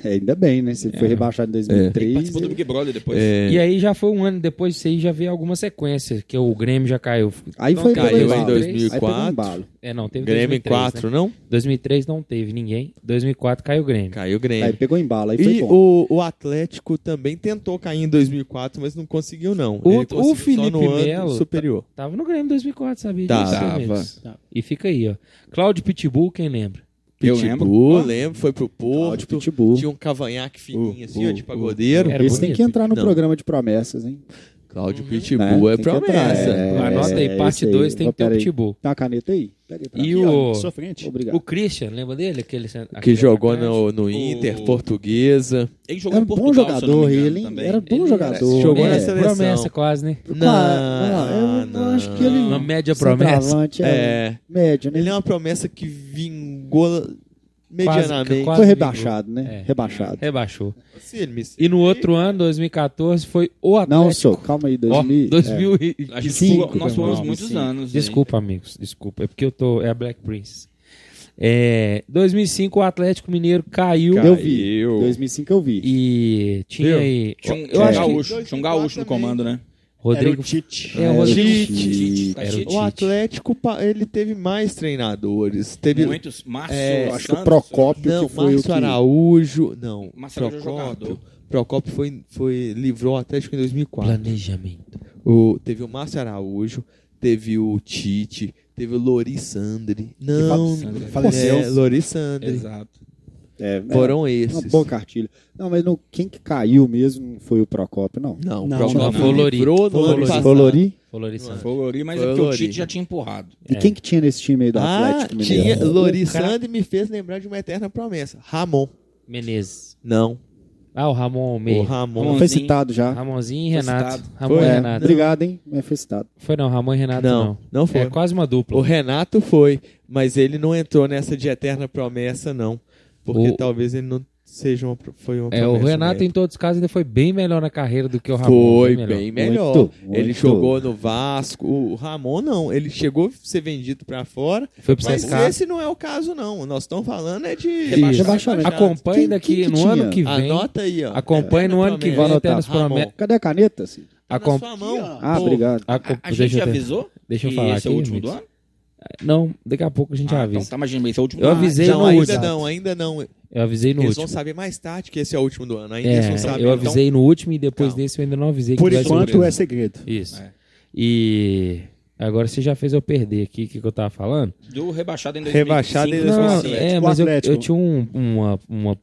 Speaker 5: É, Ainda bem, né? Se foi rebaixado em 2003.
Speaker 4: Participou do Big Brother depois.
Speaker 7: É.
Speaker 2: E aí já foi um ano depois disso aí, já veio alguma sequência, que o Grêmio já caiu.
Speaker 5: Aí
Speaker 2: Então
Speaker 5: foi
Speaker 2: caiu
Speaker 5: pelo
Speaker 2: em
Speaker 5: embalo.
Speaker 7: 2004.
Speaker 5: Aí pegou um embalo.
Speaker 2: É, não, teve
Speaker 7: Grêmio em
Speaker 2: 2003, né?
Speaker 7: 4, não?
Speaker 2: 2003 não teve ninguém. 2004 caiu o Grêmio.
Speaker 7: Caiu o
Speaker 5: Aí
Speaker 7: Grêmio.
Speaker 5: pegou embalo. Aí foi
Speaker 7: É. E
Speaker 5: bom.
Speaker 7: o, o Atlético também tentou cair em 2004, mas não conseguiu, não.
Speaker 2: O-
Speaker 7: Ele conseguiu
Speaker 2: o Felipe
Speaker 7: só no ano
Speaker 2: Melo-
Speaker 7: superior.
Speaker 2: Tava no Grêmio em 2004, sabia?
Speaker 7: Tava.
Speaker 2: disso, pelo menos? E fica aí, ó. Cláudio Pitbull, quem lembra?
Speaker 4: Eu
Speaker 7: Pitbull, lembro, foi pro Porto.
Speaker 5: Cláudio Pitbull.
Speaker 7: Tinha um cavanhaque fininho, assim, ó, de
Speaker 5: uh,
Speaker 7: pagodeiro.
Speaker 2: Era
Speaker 5: Esse tem
Speaker 2: bonito. Uhum.
Speaker 5: que entrar no
Speaker 7: Não.
Speaker 5: programa de promessas, hein?
Speaker 7: Cláudio Pitbull
Speaker 3: Né?
Speaker 7: é
Speaker 3: Tem que entrar,
Speaker 7: promessa.
Speaker 3: é.
Speaker 2: Anota aí, parte
Speaker 3: esse aí.
Speaker 2: 2 tem que
Speaker 3: Ó,
Speaker 2: ter o
Speaker 3: peraí.
Speaker 2: Pitbull.
Speaker 3: Tem uma caneta aí? Pega aí pra
Speaker 2: E
Speaker 3: mim.
Speaker 2: o,
Speaker 5: Sua frente.
Speaker 3: Obrigado.
Speaker 2: o Christian, lembra dele? Aquele,
Speaker 7: Que
Speaker 2: aquele
Speaker 7: jogou
Speaker 2: atacante?
Speaker 7: no, no Inter,
Speaker 4: O-
Speaker 7: portuguesa.
Speaker 3: Era
Speaker 4: Ele jogou
Speaker 3: um
Speaker 4: em
Speaker 3: bom
Speaker 4: Portugal, se eu não
Speaker 3: jogador
Speaker 4: me engano,
Speaker 3: ele, hein?
Speaker 4: também.
Speaker 3: Era bom
Speaker 2: Ele
Speaker 3: jogador.
Speaker 7: Jogou
Speaker 3: É.
Speaker 7: na seleção.
Speaker 2: Promessa quase, né?
Speaker 3: Ah, eu
Speaker 7: não.
Speaker 3: acho que ele-
Speaker 2: Uma média promessa.
Speaker 3: Centroavante, é,
Speaker 7: É.
Speaker 3: Médio, né?
Speaker 7: Ele é uma promessa que vingou
Speaker 2: Quase-
Speaker 7: medianamente.
Speaker 2: quase-
Speaker 3: Foi rebaixado, né?
Speaker 2: É.
Speaker 3: Rebaixado.
Speaker 2: Rebaixou.
Speaker 7: Assim, ele me-
Speaker 2: E no outro ano, 2014, foi o Atlético.
Speaker 3: Não, sou. Calma aí,
Speaker 2: Ó,
Speaker 3: 2000. é.
Speaker 2: 2000 e-
Speaker 4: A gente
Speaker 3: Cinco,
Speaker 4: pulou- nós
Speaker 3: Bernardo,
Speaker 4: fomos muitos
Speaker 3: cinco.
Speaker 4: anos. né? hein?
Speaker 2: Desculpa, amigos, desculpa. É porque eu tô. É a Black Prince. É, 2005, o Atlético Mineiro um. caiu
Speaker 3: Eu vi.
Speaker 7: Caiu.
Speaker 3: 2005 eu vi.
Speaker 2: e tinha
Speaker 7: Viu?
Speaker 2: aí
Speaker 4: Tinha um,
Speaker 3: acho
Speaker 4: tinha um
Speaker 3: que-
Speaker 4: gaúcho, tinha um gaúcho no comando, né?
Speaker 2: Rodrigo.
Speaker 5: Era o Tite.
Speaker 2: É, o
Speaker 3: Era
Speaker 2: Rodrigo-
Speaker 7: Tite.
Speaker 3: Tite.
Speaker 2: Era o
Speaker 7: O Atlético, pa- ele teve mais treinadores. Teve
Speaker 4: Muitos, Márcio
Speaker 7: É,
Speaker 3: Eu acho que
Speaker 4: Santos, né?
Speaker 3: o Procópio
Speaker 7: Não,
Speaker 3: que foi o
Speaker 7: Márcio
Speaker 3: que...
Speaker 7: Araújo. Não,
Speaker 4: Márcio Araújo é
Speaker 7: Procópio.
Speaker 4: jogador.
Speaker 7: Procópio foi, foi, livrou o Atlético em 2004.
Speaker 2: Planejamento.
Speaker 7: O, teve o Márcio Araújo, teve o Tite, teve o Lori Sandri. Não,
Speaker 4: Sandri.
Speaker 7: é,
Speaker 5: Faleceu.
Speaker 7: Lori Sandri.
Speaker 4: Exato.
Speaker 3: É, é,
Speaker 7: Foram
Speaker 3: Uma
Speaker 7: esses.
Speaker 3: boa cartilha. Não, mas no, quem que caiu mesmo não foi o Procópio, não.
Speaker 7: Não, o
Speaker 5: Não,
Speaker 7: Procópio
Speaker 5: não.
Speaker 2: Foi o Lori.
Speaker 7: livrou
Speaker 2: Foi o
Speaker 7: no ano
Speaker 2: Lori.
Speaker 7: passado.
Speaker 3: Colori.
Speaker 2: Foi o Lorissandro.
Speaker 4: Foi o Lori, mas
Speaker 7: Foi
Speaker 4: é
Speaker 7: o
Speaker 4: porque o
Speaker 7: Lori.
Speaker 4: Tite já tinha empurrado.
Speaker 3: E
Speaker 2: É.
Speaker 3: quem que tinha nesse time aí do
Speaker 7: Ah,
Speaker 3: Atlético
Speaker 7: tinha,
Speaker 3: Mineiro?
Speaker 7: Lori
Speaker 2: O cara-
Speaker 7: Sandri me fez lembrar de uma eterna promessa. Ramon.
Speaker 2: Menezes.
Speaker 7: Não,
Speaker 2: Ah, o Ramon
Speaker 7: o
Speaker 2: Meio.
Speaker 7: Ramon.
Speaker 3: Não foi citado já.
Speaker 2: Ramonzinho e
Speaker 4: Foi
Speaker 2: Renato.
Speaker 4: citado.
Speaker 2: Ramon
Speaker 7: Foi,
Speaker 2: e
Speaker 3: É,
Speaker 2: Renato.
Speaker 3: obrigado, hein? Mas foi citado.
Speaker 2: Foi não, Ramon e Renato
Speaker 7: Não,
Speaker 2: não.
Speaker 7: não foi.
Speaker 2: É quase uma
Speaker 7: O
Speaker 2: dupla.
Speaker 7: Renato foi, mas ele não entrou nessa de eterna promessa, não. Porque
Speaker 2: O-
Speaker 7: talvez ele não seja uma, pro- foi uma
Speaker 2: É, o
Speaker 7: promessa.
Speaker 2: Renato,
Speaker 7: né?
Speaker 2: em todos os casos, ainda foi bem melhor na carreira do que o Ramon.
Speaker 7: foi bem melhor.
Speaker 3: Muito,
Speaker 7: ele
Speaker 3: muito.
Speaker 7: jogou no Vasco. O Ramon, não. Ele chegou a ser vendido pra fora.
Speaker 2: Foi pro
Speaker 7: Mas
Speaker 2: CSKA.
Speaker 7: esse não é o caso, não. Nós estamos falando é de.
Speaker 3: Rebaixado. Rebaixamento.
Speaker 2: Acompanhe
Speaker 3: Quem-
Speaker 2: daqui
Speaker 3: quem que
Speaker 2: no
Speaker 3: tinha?
Speaker 2: ano que vem.
Speaker 7: Anota aí, ó.
Speaker 2: Acompanhe no ano que
Speaker 7: Promessa.
Speaker 2: vem
Speaker 3: Vou
Speaker 2: Eternas
Speaker 7: anotar.
Speaker 2: Promessas.
Speaker 3: Cadê a caneta, Cid?
Speaker 7: Tá
Speaker 2: Acom-
Speaker 7: na sua mão.
Speaker 3: Ah,
Speaker 7: pô.
Speaker 3: obrigado.
Speaker 2: acom-
Speaker 4: A gente
Speaker 2: eu ter-
Speaker 4: avisou?
Speaker 2: Deixa eu
Speaker 4: que
Speaker 2: falar aqui,
Speaker 4: Esse é o último do
Speaker 2: amigos.
Speaker 4: ano?
Speaker 2: Não, daqui a pouco a gente
Speaker 4: Ah,
Speaker 2: avisa.
Speaker 4: então tá, mas gente, esse é o último
Speaker 2: Eu
Speaker 4: do ano.
Speaker 2: avisei
Speaker 7: Não,
Speaker 2: no
Speaker 7: ainda
Speaker 2: último.
Speaker 7: então não, ainda não.
Speaker 2: Eu avisei no
Speaker 7: Eles
Speaker 2: último.
Speaker 7: vão saber mais tarde que esse é o último do ano. Ainda eles
Speaker 2: É,
Speaker 7: vão saber. Então,
Speaker 2: eu avisei no último e depois
Speaker 7: Calma.
Speaker 2: desse eu ainda não avisei.
Speaker 7: Por
Speaker 2: que vai
Speaker 7: enquanto
Speaker 2: ser
Speaker 5: Quanto
Speaker 2: o
Speaker 5: é segredo?
Speaker 2: Isso.
Speaker 4: É.
Speaker 2: E agora você já fez eu perder aqui o que, que eu tava falando.
Speaker 4: Do rebaixado em 2005.
Speaker 7: Rebaixado em
Speaker 2: Não,
Speaker 4: 2005.
Speaker 2: é,
Speaker 5: O
Speaker 2: mas eu,
Speaker 5: Atlético.
Speaker 2: eu tinha um- uma, uma,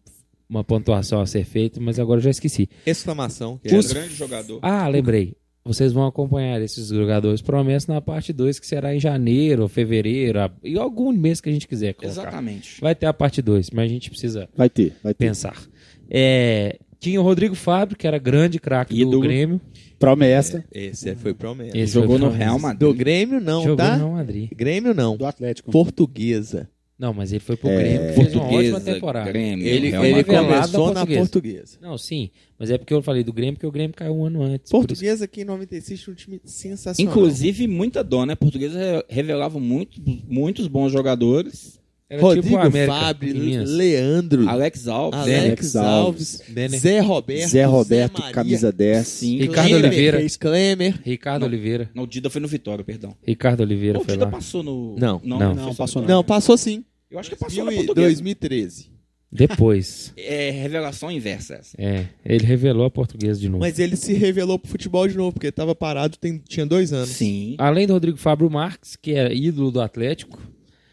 Speaker 2: uma pontuação a ser feita, mas agora eu já esqueci.
Speaker 7: então. Exclamação. que
Speaker 4: Tinha um
Speaker 7: era.
Speaker 4: grande jogador.
Speaker 2: Ah, lembrei. Vocês vão acompanhar esses jogadores promessa na parte 2, que será em janeiro, fevereiro, a- e algum mês que a gente quiser colocar.
Speaker 4: Exatamente.
Speaker 2: Vai ter a parte 2, mas a gente precisa
Speaker 3: Vai ter, vai ter.
Speaker 2: pensar. É, tinha o Rodrigo Fábio, que era grande craque do
Speaker 4: Ídolo.
Speaker 2: Grêmio.
Speaker 3: Promessa.
Speaker 7: Esse é, foi promessa.
Speaker 2: Esse
Speaker 4: Jogou
Speaker 2: foi
Speaker 4: no
Speaker 2: famoso.
Speaker 4: Real
Speaker 7: Do
Speaker 4: Madrid.
Speaker 7: Grêmio não,
Speaker 2: Jogou
Speaker 7: tá?
Speaker 2: no Madrid.
Speaker 7: Grêmio não.
Speaker 5: É. Do Atlético.
Speaker 7: Portuguesa.
Speaker 2: Não, mas ele foi pro Grêmio, fez uma ótima temporada.
Speaker 4: Grêmio,
Speaker 7: Ele,
Speaker 4: Real
Speaker 7: ele
Speaker 4: Madrid. é
Speaker 2: Madrid.
Speaker 7: começou na
Speaker 2: Portuguesa.
Speaker 7: Portuguesa.
Speaker 2: Não, sim, mas é porque eu falei do Grêmio, porque o Grêmio caiu um ano antes. por isso
Speaker 7: Portuguesa que em 96 tinha um time sensacional.
Speaker 4: Inclusive, muita dona, né? Portuguesa re- revelava muito, muitos bons jogadores.
Speaker 2: que era
Speaker 7: Rodrigo
Speaker 2: tipo o América
Speaker 7: Fábio,
Speaker 2: em Minas.
Speaker 7: Leandro,
Speaker 4: Alex Alves, né?
Speaker 7: Hum.
Speaker 3: Alex
Speaker 7: Alex Alves,
Speaker 2: Denner.
Speaker 7: Zé Roberto,
Speaker 3: Zé Roberto,
Speaker 7: Maria,
Speaker 3: camisa 10.
Speaker 4: Sim.
Speaker 2: Ricardo
Speaker 7: Klemer,
Speaker 2: Oliveira.
Speaker 7: Klemer.
Speaker 2: Ricardo
Speaker 4: Não.
Speaker 2: Oliveira.
Speaker 4: Não, o Dida foi no Vitória, perdão.
Speaker 2: Ricardo Oliveira
Speaker 4: Ou o
Speaker 2: foi
Speaker 4: Dida
Speaker 2: lá.
Speaker 4: passou no.
Speaker 7: Não,
Speaker 2: não.
Speaker 5: Não,
Speaker 4: foi só
Speaker 5: passou
Speaker 4: no-
Speaker 7: Não, passou sim.
Speaker 4: Eu acho que passou na
Speaker 7: 2000 e
Speaker 4: Portuguesa.
Speaker 7: 2013.
Speaker 2: Depois.
Speaker 4: É revelação inversa essa.
Speaker 2: É, ele revelou a portuguesa de novo.
Speaker 7: Mas ele se revelou pro futebol de novo, porque tava parado, tem- tinha dois anos.
Speaker 4: Sim.
Speaker 2: Além do Rodrigo Fábio Marques, que era ídolo do Atlético,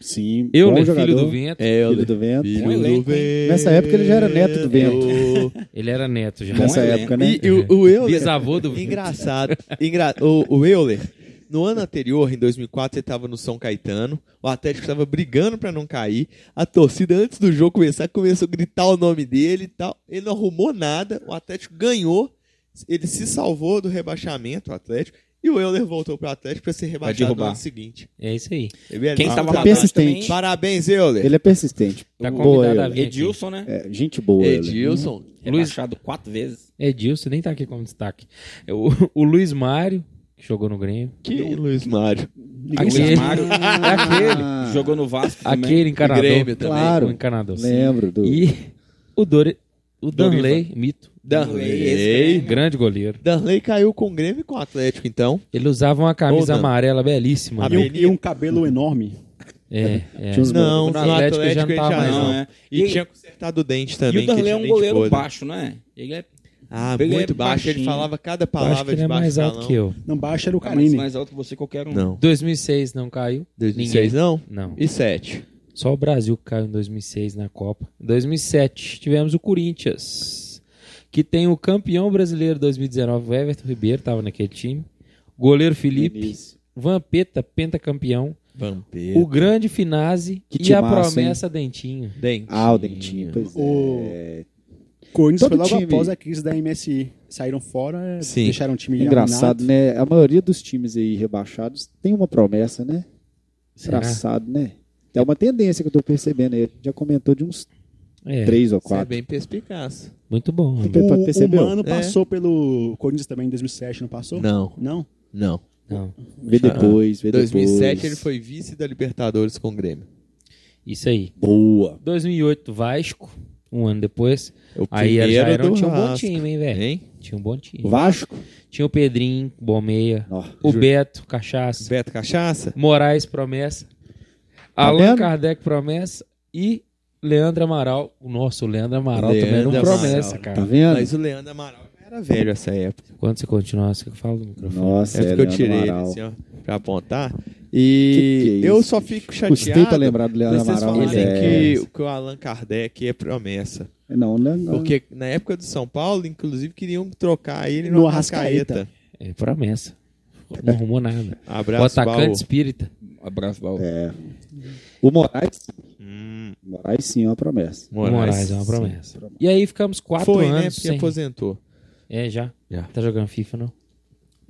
Speaker 3: Sim, tá
Speaker 2: eu,
Speaker 3: bom
Speaker 2: filho
Speaker 3: jogador.
Speaker 2: do Vento,
Speaker 7: É,
Speaker 3: Filho do vento.
Speaker 4: Bom elenco,
Speaker 7: vento.
Speaker 3: Nessa época ele já era neto do vento.
Speaker 2: ele era neto já.
Speaker 3: Nessa
Speaker 4: Bom elenco.
Speaker 3: época, né?
Speaker 7: E, e o, o Euler.
Speaker 2: Bisavô do Vento.
Speaker 7: Engraçado. Engra- O, o Euler, no ano anterior, em 2004, ele tava no São Caetano. O Atlético estava brigando pra não cair. A torcida, antes do jogo começar, começou a gritar o nome dele e tal. Ele não arrumou nada. O Atlético ganhou. Ele se salvou do rebaixamento, o Atlético. E o Euler voltou pro Atlético pra ser rebaixado no
Speaker 4: derrubar.
Speaker 7: ano seguinte.
Speaker 2: É isso aí.
Speaker 7: É verdade.
Speaker 4: Quem estava lá
Speaker 3: persistente.
Speaker 4: também,
Speaker 7: Parabéns, Euler.
Speaker 3: Tá Ele é persistente.
Speaker 2: Tá
Speaker 3: boa,
Speaker 2: convidado a
Speaker 3: ele.
Speaker 2: vir.
Speaker 4: Edilson, né?
Speaker 3: É, gente boa, ele.
Speaker 7: Edilson.
Speaker 4: Rebaixado quatro vezes.
Speaker 2: Edilson nem tá aqui como destaque. O, o Luiz Mário, que jogou no Grêmio.
Speaker 7: Que Luiz Mário.
Speaker 2: Aquele,
Speaker 4: Luiz Mário.
Speaker 2: aquele,
Speaker 3: Ah,
Speaker 4: Jogou no Vasco também.
Speaker 2: aquele encanador.
Speaker 7: Grêmio também.
Speaker 3: Claro.
Speaker 2: O encanador.
Speaker 3: Lembro do.
Speaker 2: E o, Dore, o Danley, mito.
Speaker 7: Danley.
Speaker 2: Grande goleiro.
Speaker 7: Danley caiu com o Grêmio e com o Atlético, então.
Speaker 2: Ele usava uma camisa
Speaker 7: Ou não.
Speaker 2: amarela belíssima.
Speaker 5: E um,
Speaker 2: né?
Speaker 7: Avenida.
Speaker 5: e um cabelo enorme.
Speaker 2: É, é.
Speaker 3: Tinha uns-
Speaker 7: Não,
Speaker 2: no Atlético ele já não tava mais,
Speaker 4: Não,
Speaker 2: não.
Speaker 4: é.
Speaker 7: E,
Speaker 4: E-
Speaker 7: tinha consertado o dente
Speaker 4: E
Speaker 7: também.
Speaker 4: o Darley
Speaker 7: que
Speaker 4: é
Speaker 7: ele tinha
Speaker 4: um
Speaker 7: dente
Speaker 4: goleiro
Speaker 7: podre.
Speaker 4: baixo, né? Ele é
Speaker 7: Ah,
Speaker 4: Ele é
Speaker 7: muito baixo. Ele
Speaker 4: baixinho.
Speaker 7: falava
Speaker 2: Eu
Speaker 7: cada
Speaker 2: acho
Speaker 7: palavra
Speaker 2: que ele é
Speaker 7: debaixo
Speaker 2: mais
Speaker 7: do
Speaker 2: alto
Speaker 7: calão.
Speaker 2: que eu.
Speaker 5: Não, baixo era o
Speaker 4: parece
Speaker 5: Carmine.
Speaker 4: é mais alto que você qualquer um.
Speaker 7: Não.
Speaker 2: 2006 não caiu.
Speaker 7: 2006 não?
Speaker 2: Não.
Speaker 7: E 7.
Speaker 2: Só o Brasil que caiu em 2006 na Copa. Em 2007 tivemos o Corinthians, que tem o campeão brasileiro 2019, o Everton Ribeiro, estava naquele time. Goleiro Felipe,
Speaker 3: Vinícius.
Speaker 2: Vampeta, pentacampeão.
Speaker 7: Vampeta.
Speaker 2: O grande Finazzi
Speaker 3: Que
Speaker 2: e a
Speaker 3: timaço, hein?
Speaker 2: promessa Dentinho.
Speaker 7: Dente.
Speaker 3: Ah, o Dentinho, pois
Speaker 5: O-
Speaker 3: é.
Speaker 5: Corinthians
Speaker 3: Todo
Speaker 5: foi logo
Speaker 3: time.
Speaker 5: após a crise da MSI. Saíram fora, é,
Speaker 7: Sim.
Speaker 5: deixaram o time
Speaker 3: Engraçado,
Speaker 5: eliminado.
Speaker 3: né? A maioria dos times aí rebaixados tem uma promessa, né?
Speaker 2: Será?
Speaker 3: Engraçado, né? É uma tendência que eu tô percebendo aí. Já comentou de uns
Speaker 2: É,
Speaker 3: três ou
Speaker 7: Você é
Speaker 3: quatro.
Speaker 7: bem perspicaz.
Speaker 2: muito bom.
Speaker 3: Pe- pe-
Speaker 5: O,
Speaker 3: percebeu?
Speaker 5: o Mano
Speaker 7: É.
Speaker 5: passou pelo Corinthians também em 2007, não passou?
Speaker 7: Não,
Speaker 5: Não?
Speaker 7: não.
Speaker 2: Não,
Speaker 3: Vê depois, vê
Speaker 7: Em 2007
Speaker 3: depois.
Speaker 7: ele foi vice da Libertadores com o Grêmio.
Speaker 2: isso aí.
Speaker 3: Boa.
Speaker 2: 2008, Vasco. Um ano depois.
Speaker 7: O
Speaker 2: Aí a
Speaker 7: primeiro
Speaker 2: Jairão
Speaker 7: do
Speaker 2: tinha um bom
Speaker 7: Vasco.
Speaker 2: time, hein, velho?
Speaker 7: Hein?
Speaker 2: Tinha um bom time.
Speaker 3: Vasco?
Speaker 2: Tinha o Pedrinho, bom meia.
Speaker 3: Ó,
Speaker 2: O Beto, cachaça.
Speaker 7: Beto Cachaça?
Speaker 2: Moraes, promessa.
Speaker 3: Tá
Speaker 2: Allan
Speaker 3: vendo?
Speaker 2: Kardec, promessa. E Leandro Amaral. o Nossa, o Leandro Amaral
Speaker 7: Leandro
Speaker 2: também era um
Speaker 7: Amaral.
Speaker 2: promessa,
Speaker 3: Tá
Speaker 2: cara.
Speaker 3: vendo?
Speaker 7: Mas o Leandro Amaral já era velho essa época.
Speaker 2: Quando você continuar, você que fala do microfone.
Speaker 3: Nossa,
Speaker 7: Essa
Speaker 3: é,
Speaker 7: época que
Speaker 3: Leandro
Speaker 7: eu tirei ele
Speaker 3: Amaral.
Speaker 7: assim, ó, pra apontar.
Speaker 3: Que
Speaker 7: E
Speaker 3: que é
Speaker 7: eu
Speaker 3: isso,
Speaker 7: só
Speaker 3: bicho?
Speaker 7: fico chateado.
Speaker 3: Custei pra lembrar do Leandro
Speaker 7: vocês
Speaker 3: Amaral.
Speaker 7: falarem
Speaker 3: mas é. Ah.
Speaker 7: que, que o Allan Kardec é promessa.
Speaker 3: Não, não, é não.
Speaker 7: Porque na época do São Paulo, inclusive, queriam trocar ele
Speaker 5: No
Speaker 7: no
Speaker 5: Arrascaeta.
Speaker 7: Arrascaeta.
Speaker 2: É promessa. Não arrumou nada. o
Speaker 7: Abraço,
Speaker 2: atacante
Speaker 7: Paulo.
Speaker 2: espírita.
Speaker 4: Abraço, Baú.
Speaker 3: É. O Moraes,
Speaker 7: Hum,
Speaker 3: Moraes sim é uma promessa.
Speaker 2: Moraes, é uma promessa. E aí ficamos quatro
Speaker 7: Foi, né?
Speaker 2: anos
Speaker 7: Porque
Speaker 2: sem...
Speaker 7: aposentou.
Speaker 2: É, já.
Speaker 7: Já.
Speaker 2: Tá jogando FIFA, não?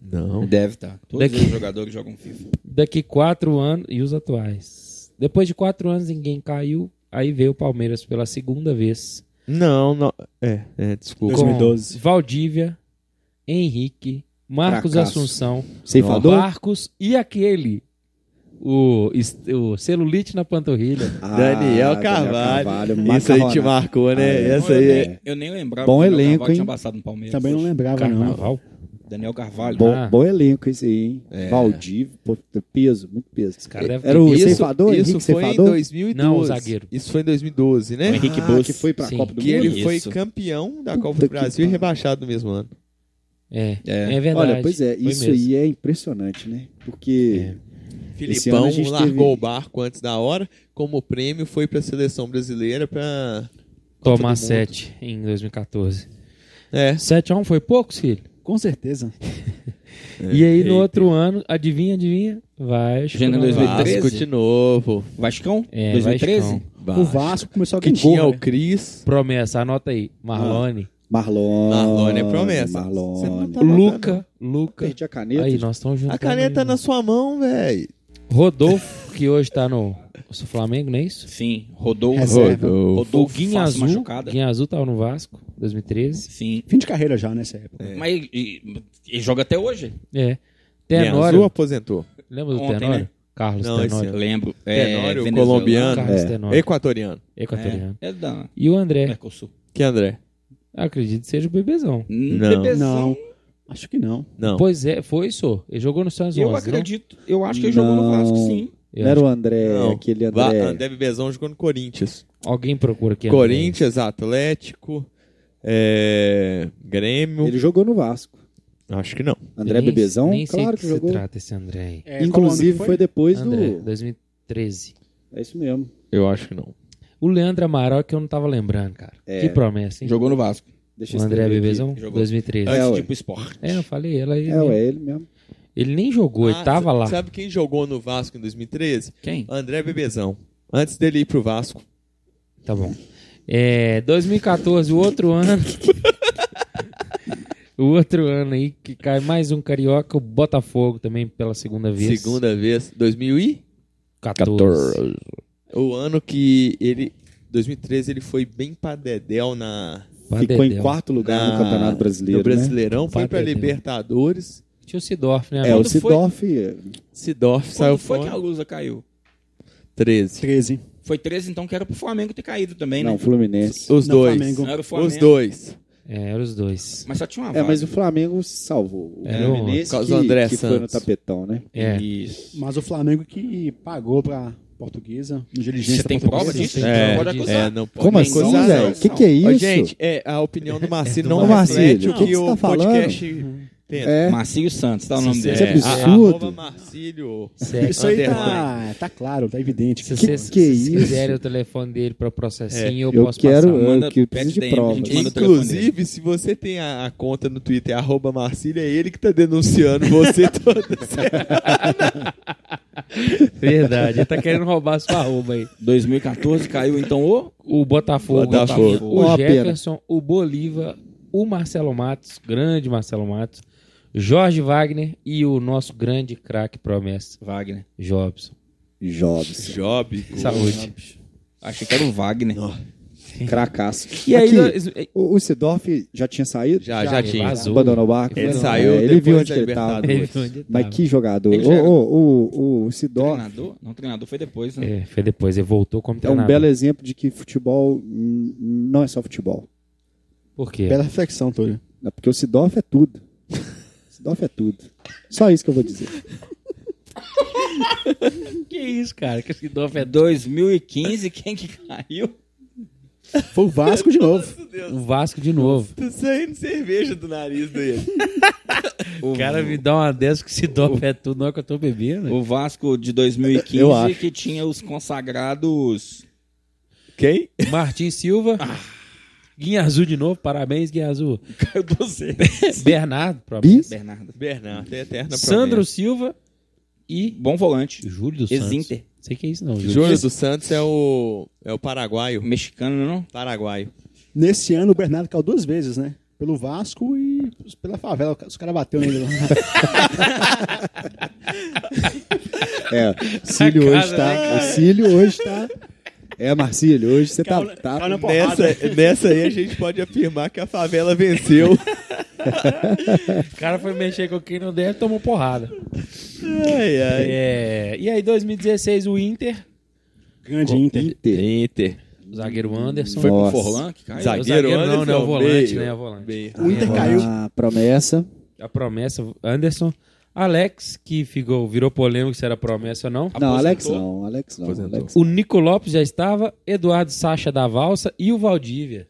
Speaker 7: Não.
Speaker 4: Deve estar. Todos
Speaker 2: Daqui-
Speaker 4: os jogadores jogam FIFA.
Speaker 2: Daqui quatro anos... E os atuais? Depois de quatro anos, ninguém caiu. Aí veio o Palmeiras pela segunda vez.
Speaker 7: Não, não. É, é, desculpa.
Speaker 2: Com
Speaker 5: 2012.
Speaker 2: Valdívia, Henrique, Marcos
Speaker 3: Fracasso.
Speaker 2: Assunção,
Speaker 3: Ceifador?
Speaker 2: Marcos e aquele. O, es- o celulite na panturrilha.
Speaker 3: Ah,
Speaker 7: Daniel Carvalho. Isso aí te
Speaker 3: macarronado.
Speaker 7: marcou, né?
Speaker 3: Ah, é.
Speaker 7: Essa aí é.
Speaker 4: Eu nem lembrava
Speaker 3: Bom
Speaker 4: que o Daniel
Speaker 3: elenco,
Speaker 4: Carvalho
Speaker 3: hein?
Speaker 4: tinha passado no Palmeiras.
Speaker 5: Também não lembrava, não.
Speaker 2: Carnaval.
Speaker 3: É,
Speaker 4: Daniel Carvalho. né?
Speaker 3: Bom,
Speaker 2: Ah. É.
Speaker 3: bom elenco esse aí, hein? Valdívio, pô, peso, muito peso.
Speaker 2: Esse cara deve
Speaker 3: Era
Speaker 2: ter
Speaker 3: o
Speaker 2: peso.
Speaker 3: ceifador, Henrique
Speaker 7: isso
Speaker 3: é
Speaker 7: foi em
Speaker 3: ceifador?
Speaker 7: 2012.
Speaker 2: Não, o zagueiro.
Speaker 7: Isso foi em 2012, né?
Speaker 4: Henrique
Speaker 3: ah,
Speaker 4: Bus.
Speaker 3: que foi pra
Speaker 2: Sim.
Speaker 3: Copa do
Speaker 7: Que ele
Speaker 3: Mundo?
Speaker 7: foi
Speaker 4: Isso.
Speaker 7: campeão da Copa
Speaker 3: Puta
Speaker 7: do
Speaker 3: que
Speaker 7: Brasil e
Speaker 3: pariu.
Speaker 7: rebaixado no mesmo ano.
Speaker 2: É,
Speaker 4: É.
Speaker 2: é verdade.
Speaker 3: Olha, pois é,
Speaker 2: Foi
Speaker 3: isso
Speaker 2: mesmo. É.
Speaker 3: aí é impressionante, né? Porque ano
Speaker 7: Filipão
Speaker 3: a gente
Speaker 7: largou
Speaker 3: teve-
Speaker 7: o barco antes da hora, como prêmio foi pra seleção brasileira pra
Speaker 3: é
Speaker 7: Copa do
Speaker 2: Tomar
Speaker 7: Mundo.
Speaker 2: 7 em 2014.
Speaker 7: É.
Speaker 2: 7x1 foi pouco, filho?
Speaker 5: Com certeza.
Speaker 3: É.
Speaker 2: E aí, no outro ano, adivinha, adivinha? Vai,
Speaker 4: Agenda 2013?
Speaker 7: Vasco de novo.
Speaker 4: Vascão?
Speaker 2: É,
Speaker 4: 2013?
Speaker 2: Vascão.
Speaker 5: O
Speaker 7: Vasco.
Speaker 5: Vasco começou a
Speaker 7: Que né?
Speaker 3: é
Speaker 5: ganhar.
Speaker 7: tinha o Cris,
Speaker 2: Promessa, anota aí.
Speaker 3: Ah, tá
Speaker 2: Marlone,
Speaker 3: Marlon.
Speaker 7: Marlone é promessa. Você não
Speaker 3: Marlone.
Speaker 7: tá
Speaker 2: Luca, Luca.
Speaker 3: Perdi a caneta.
Speaker 2: Aí, nós estamos juntos.
Speaker 7: A caneta na sua mão, velho.
Speaker 2: Rodolfo, que hoje tá no Flamengo, não é isso?
Speaker 4: Sim. Rodolfo.
Speaker 5: Reserva.
Speaker 2: O
Speaker 4: Rodolfo
Speaker 2: Guinha
Speaker 4: faz
Speaker 2: Azul,
Speaker 4: machucada.
Speaker 2: Guinha Azul tava no Vasco, 2013.
Speaker 4: Sim.
Speaker 5: Fim de carreira já nessa época.
Speaker 4: Mas e- e- ele joga até hoje.
Speaker 2: É.
Speaker 7: Minha Azul
Speaker 2: Tenório,
Speaker 7: aposentou.
Speaker 2: lembra do
Speaker 4: Ontem,
Speaker 2: Tenório?
Speaker 4: né?
Speaker 2: Carlos
Speaker 7: Não, esse
Speaker 2: É. Tenório.
Speaker 7: ano.
Speaker 4: Lembro.
Speaker 7: Tenório,
Speaker 4: venezuelano.
Speaker 7: colombiano.
Speaker 2: Carlos
Speaker 3: É.
Speaker 2: Tenório,
Speaker 7: Equatoriano.
Speaker 2: equatoriano.
Speaker 4: É, é da
Speaker 2: E o André,
Speaker 4: Mercosul.
Speaker 7: Que André?
Speaker 2: acredito que seja o bebezão.
Speaker 7: Não.
Speaker 5: Não. Acho que não.
Speaker 7: Não.
Speaker 2: Pois é, foi isso. Ele jogou no Santos 11,
Speaker 4: Eu
Speaker 2: né?
Speaker 4: acredito. Eu acho que ele jogou no
Speaker 3: Não.
Speaker 4: Vasco, sim.
Speaker 2: Eu
Speaker 3: Não era
Speaker 2: acho-
Speaker 3: o André,
Speaker 7: Não.
Speaker 3: aquele
Speaker 7: Va- ah,
Speaker 3: André.
Speaker 7: André Bebezão jogou no Corinthians.
Speaker 2: Alguém procura aqui. André.
Speaker 7: Corinthians, Atlético, é, Grêmio.
Speaker 3: Ele jogou no Vasco.
Speaker 7: Acho que não.
Speaker 3: André
Speaker 2: nem,
Speaker 3: Bebezão,
Speaker 2: Nem sei
Speaker 3: claro
Speaker 2: de
Speaker 3: que
Speaker 2: se
Speaker 3: jogou.
Speaker 2: trata esse André aí.
Speaker 5: É,
Speaker 3: Inclusive
Speaker 5: qual
Speaker 3: foi?
Speaker 5: ano que
Speaker 3: depois
Speaker 2: André,
Speaker 3: do.
Speaker 2: 2013.
Speaker 3: É isso mesmo.
Speaker 7: Eu acho que não.
Speaker 2: O Leandro Amaral é que eu não tava lembrando, cara.
Speaker 3: É.
Speaker 2: Que promessa, hein?
Speaker 4: Jogou no Vasco.
Speaker 3: Deixa
Speaker 2: o
Speaker 3: eu
Speaker 2: André
Speaker 3: escrever aqui.
Speaker 2: Bebezão,
Speaker 4: Jogou.
Speaker 2: 2013.
Speaker 3: É,
Speaker 4: Antes
Speaker 3: ué.
Speaker 4: de ir pro esporte.
Speaker 2: É, eu falei, ela aí.
Speaker 3: É, ué, ele mesmo.
Speaker 2: Ele nem jogou, ele
Speaker 7: Ah,
Speaker 2: tava
Speaker 7: sa-
Speaker 2: lá.
Speaker 7: Sabe quem jogou no Vasco em 2013?
Speaker 4: Quem?
Speaker 7: André Bebezão. Antes dele ir pro Vasco.
Speaker 2: Tá bom. É, 2014, o outro ano. o outro ano aí que cai mais um carioca, o Botafogo também pela segunda vez.
Speaker 7: Segunda vez. 2014.
Speaker 2: 14.
Speaker 7: O ano que ele... 2013 ele foi bem pra Dedéu na...
Speaker 3: Ficou em
Speaker 2: Padedel.
Speaker 3: quarto lugar
Speaker 7: na-
Speaker 3: no Campeonato Brasileiro.
Speaker 7: No Brasileirão.
Speaker 2: né?
Speaker 7: Foi pra
Speaker 2: Padedel.
Speaker 7: Libertadores.
Speaker 2: Tinha o Sidorf, né?
Speaker 3: Né? É, o
Speaker 4: Quando foi-
Speaker 3: Sidorf.
Speaker 7: Sidorf
Speaker 4: Quando
Speaker 7: saiu
Speaker 4: foi que a
Speaker 7: fora.
Speaker 4: Lusa caiu?
Speaker 7: 13.
Speaker 5: 13.
Speaker 4: Foi 13, então, que era pro Flamengo ter caído também,
Speaker 3: Não,
Speaker 4: né?
Speaker 3: Fluminense.
Speaker 7: Os
Speaker 5: Não,
Speaker 7: dois.
Speaker 5: Flamengo.
Speaker 4: Não era o Flamengo.
Speaker 7: Os dois.
Speaker 2: É, eram os dois.
Speaker 4: Mas só tinha uma
Speaker 3: É,
Speaker 4: vaga.
Speaker 3: mas o Flamengo se salvou. O
Speaker 2: É,
Speaker 3: Fluminense
Speaker 7: por causa
Speaker 3: que,
Speaker 7: do André
Speaker 3: que foi no
Speaker 7: Santos.
Speaker 3: tapetão, né?
Speaker 2: É.
Speaker 4: Isso.
Speaker 5: Mas o Flamengo que pagou pra portuguesa, inteligência
Speaker 4: Você tem
Speaker 5: da portuguesa.
Speaker 4: prova disso?
Speaker 2: Sim,
Speaker 7: É,
Speaker 4: Não pode acusar.
Speaker 7: é, não pode
Speaker 3: Como assim,
Speaker 7: acusar, não.
Speaker 3: velho? O que, que é
Speaker 7: Ô,
Speaker 3: isso?
Speaker 7: gente, é, a opinião do
Speaker 2: É do
Speaker 7: Marcílio não
Speaker 3: Marcílio.
Speaker 7: reflete
Speaker 3: O que que
Speaker 7: o
Speaker 3: você tá
Speaker 7: podcast Tenta.
Speaker 3: É.
Speaker 4: Marcinho Santos, tá o nome dele.
Speaker 3: Isso é
Speaker 4: É.
Speaker 3: absurdo.
Speaker 7: Arroba Marcílio.
Speaker 2: Se,
Speaker 5: Isso aí tá,
Speaker 4: Underline.
Speaker 5: tá claro, tá evidente.
Speaker 2: se
Speaker 5: que,
Speaker 2: vocês
Speaker 5: que
Speaker 2: se
Speaker 5: isso?
Speaker 2: quiserem o telefone dele pra processinho, eu,
Speaker 3: É, eu
Speaker 2: posso
Speaker 3: quero-
Speaker 2: passar.
Speaker 3: Eu que
Speaker 4: pede
Speaker 3: preciso de
Speaker 4: DM, a gente
Speaker 3: provas.
Speaker 4: manda o telefone dele.
Speaker 7: É, Inclusive, se você tem a, a conta no Twitter, arroba Marcílio, é ele que tá denunciando você toda semana.
Speaker 2: Verdade, ele tá querendo roubar sua arroba
Speaker 4: Ah,
Speaker 2: aí.
Speaker 4: 2014 caiu então o
Speaker 2: O Botafogo,
Speaker 7: Botafogo.
Speaker 2: Tipo, o
Speaker 3: Ó, a pena.
Speaker 2: Jefferson, o Bolívar, o Marcelo Matos, grande Marcelo Matos, Jorge Wagner e o nosso grande craque promessa,
Speaker 4: Wagner.
Speaker 2: Jobson.
Speaker 3: Jobs.
Speaker 7: Job.
Speaker 4: assim,
Speaker 2: Saúde.
Speaker 4: Achei que era o Wagner.
Speaker 3: Cracaço.
Speaker 2: E aí,
Speaker 3: Aqui,
Speaker 2: dois-
Speaker 3: o, o Sidorf já tinha saído?
Speaker 7: Já, já tinha.
Speaker 2: vazou.
Speaker 3: Abandonou o barco?
Speaker 2: Ele
Speaker 3: Não,
Speaker 7: saiu
Speaker 3: é, Ele
Speaker 7: depois
Speaker 3: viu onde
Speaker 7: da
Speaker 3: que ele tava.
Speaker 7: Libertadores.
Speaker 3: Mas que jogador.
Speaker 4: Ele
Speaker 3: Ô,
Speaker 4: já era.
Speaker 3: ô, ô, o Sidorf
Speaker 4: Treinador? Não, treinador foi depois, né?
Speaker 2: É, foi depois, ele voltou como
Speaker 3: é um
Speaker 2: treinador.
Speaker 3: belo exemplo de que futebol hum, não é só futebol.
Speaker 2: Por quê?
Speaker 5: Bela reflexão, Túlio.
Speaker 3: É porque o Sidorf é tudo. Sidorf é tudo. Só isso que eu vou dizer.
Speaker 2: Que isso, cara? Que esse Dov é doido.
Speaker 4: 2015, quem que caiu?
Speaker 5: Foi o Vasco de novo.
Speaker 2: O Vasco de novo.
Speaker 7: Tá saindo cerveja do nariz dele.
Speaker 2: O cara me dá uma dessa que se Dov é tudo, não é que eu tô bebendo.
Speaker 4: O Vasco de 2015
Speaker 3: Eu acho.
Speaker 4: que tinha os consagrados.
Speaker 7: Quem?
Speaker 2: Martin Silva. Ah. Guinha Azul de novo, parabéns, Guinha Azul.
Speaker 4: Caiu você.
Speaker 2: Bernardo,
Speaker 3: Bis?
Speaker 4: Bernardo.
Speaker 7: Bernardo, é eterna
Speaker 2: Sandro
Speaker 7: promessa.
Speaker 2: Silva e
Speaker 4: Bom volante.
Speaker 2: Júlio dos Santos.
Speaker 4: Ex-Inter.
Speaker 2: Sei que é isso, não. Júlio.
Speaker 7: Júnior dos Santos é o, é o paraguaio.
Speaker 4: Mexicano, não?
Speaker 7: Paraguaio.
Speaker 5: Nesse ano o Bernardo caiu duas vezes, né? Pelo Vasco e pela favela. Os caras bateu nele lá.
Speaker 3: É, o Cílio
Speaker 2: cara,
Speaker 3: hoje tá. O Cílio hoje tá. É, Marcílio, hoje você tá.
Speaker 5: Caiu na-
Speaker 3: tá-
Speaker 5: caiu na porrada.
Speaker 7: Nessa, nessa aí a gente pode afirmar que a favela venceu.
Speaker 2: O cara foi mexer com quem não deve, tomou porrada.
Speaker 7: Ai, ai.
Speaker 2: É, E aí, 2016, o Inter.
Speaker 5: Grande Inter.
Speaker 3: Inter.
Speaker 7: Inter.
Speaker 2: O zagueiro Anderson. É,
Speaker 3: Foi
Speaker 4: O
Speaker 3: Nossa.
Speaker 4: Forlan que caiu.
Speaker 2: Zagueiro, não, né? O
Speaker 7: Anderson,
Speaker 2: volante,
Speaker 7: meio.
Speaker 2: né? O volante.
Speaker 7: Meio.
Speaker 5: O Inter caiu.
Speaker 3: A Ah, promessa.
Speaker 2: A promessa, Anderson. Alex, que ficou, virou polêmico se era promessa ou não.
Speaker 3: Não,
Speaker 4: Aposentou.
Speaker 3: Alex não, Alex não. Alex.
Speaker 2: O Nico Lopes já estava, Eduardo Sacha da Valsa e o Valdívia.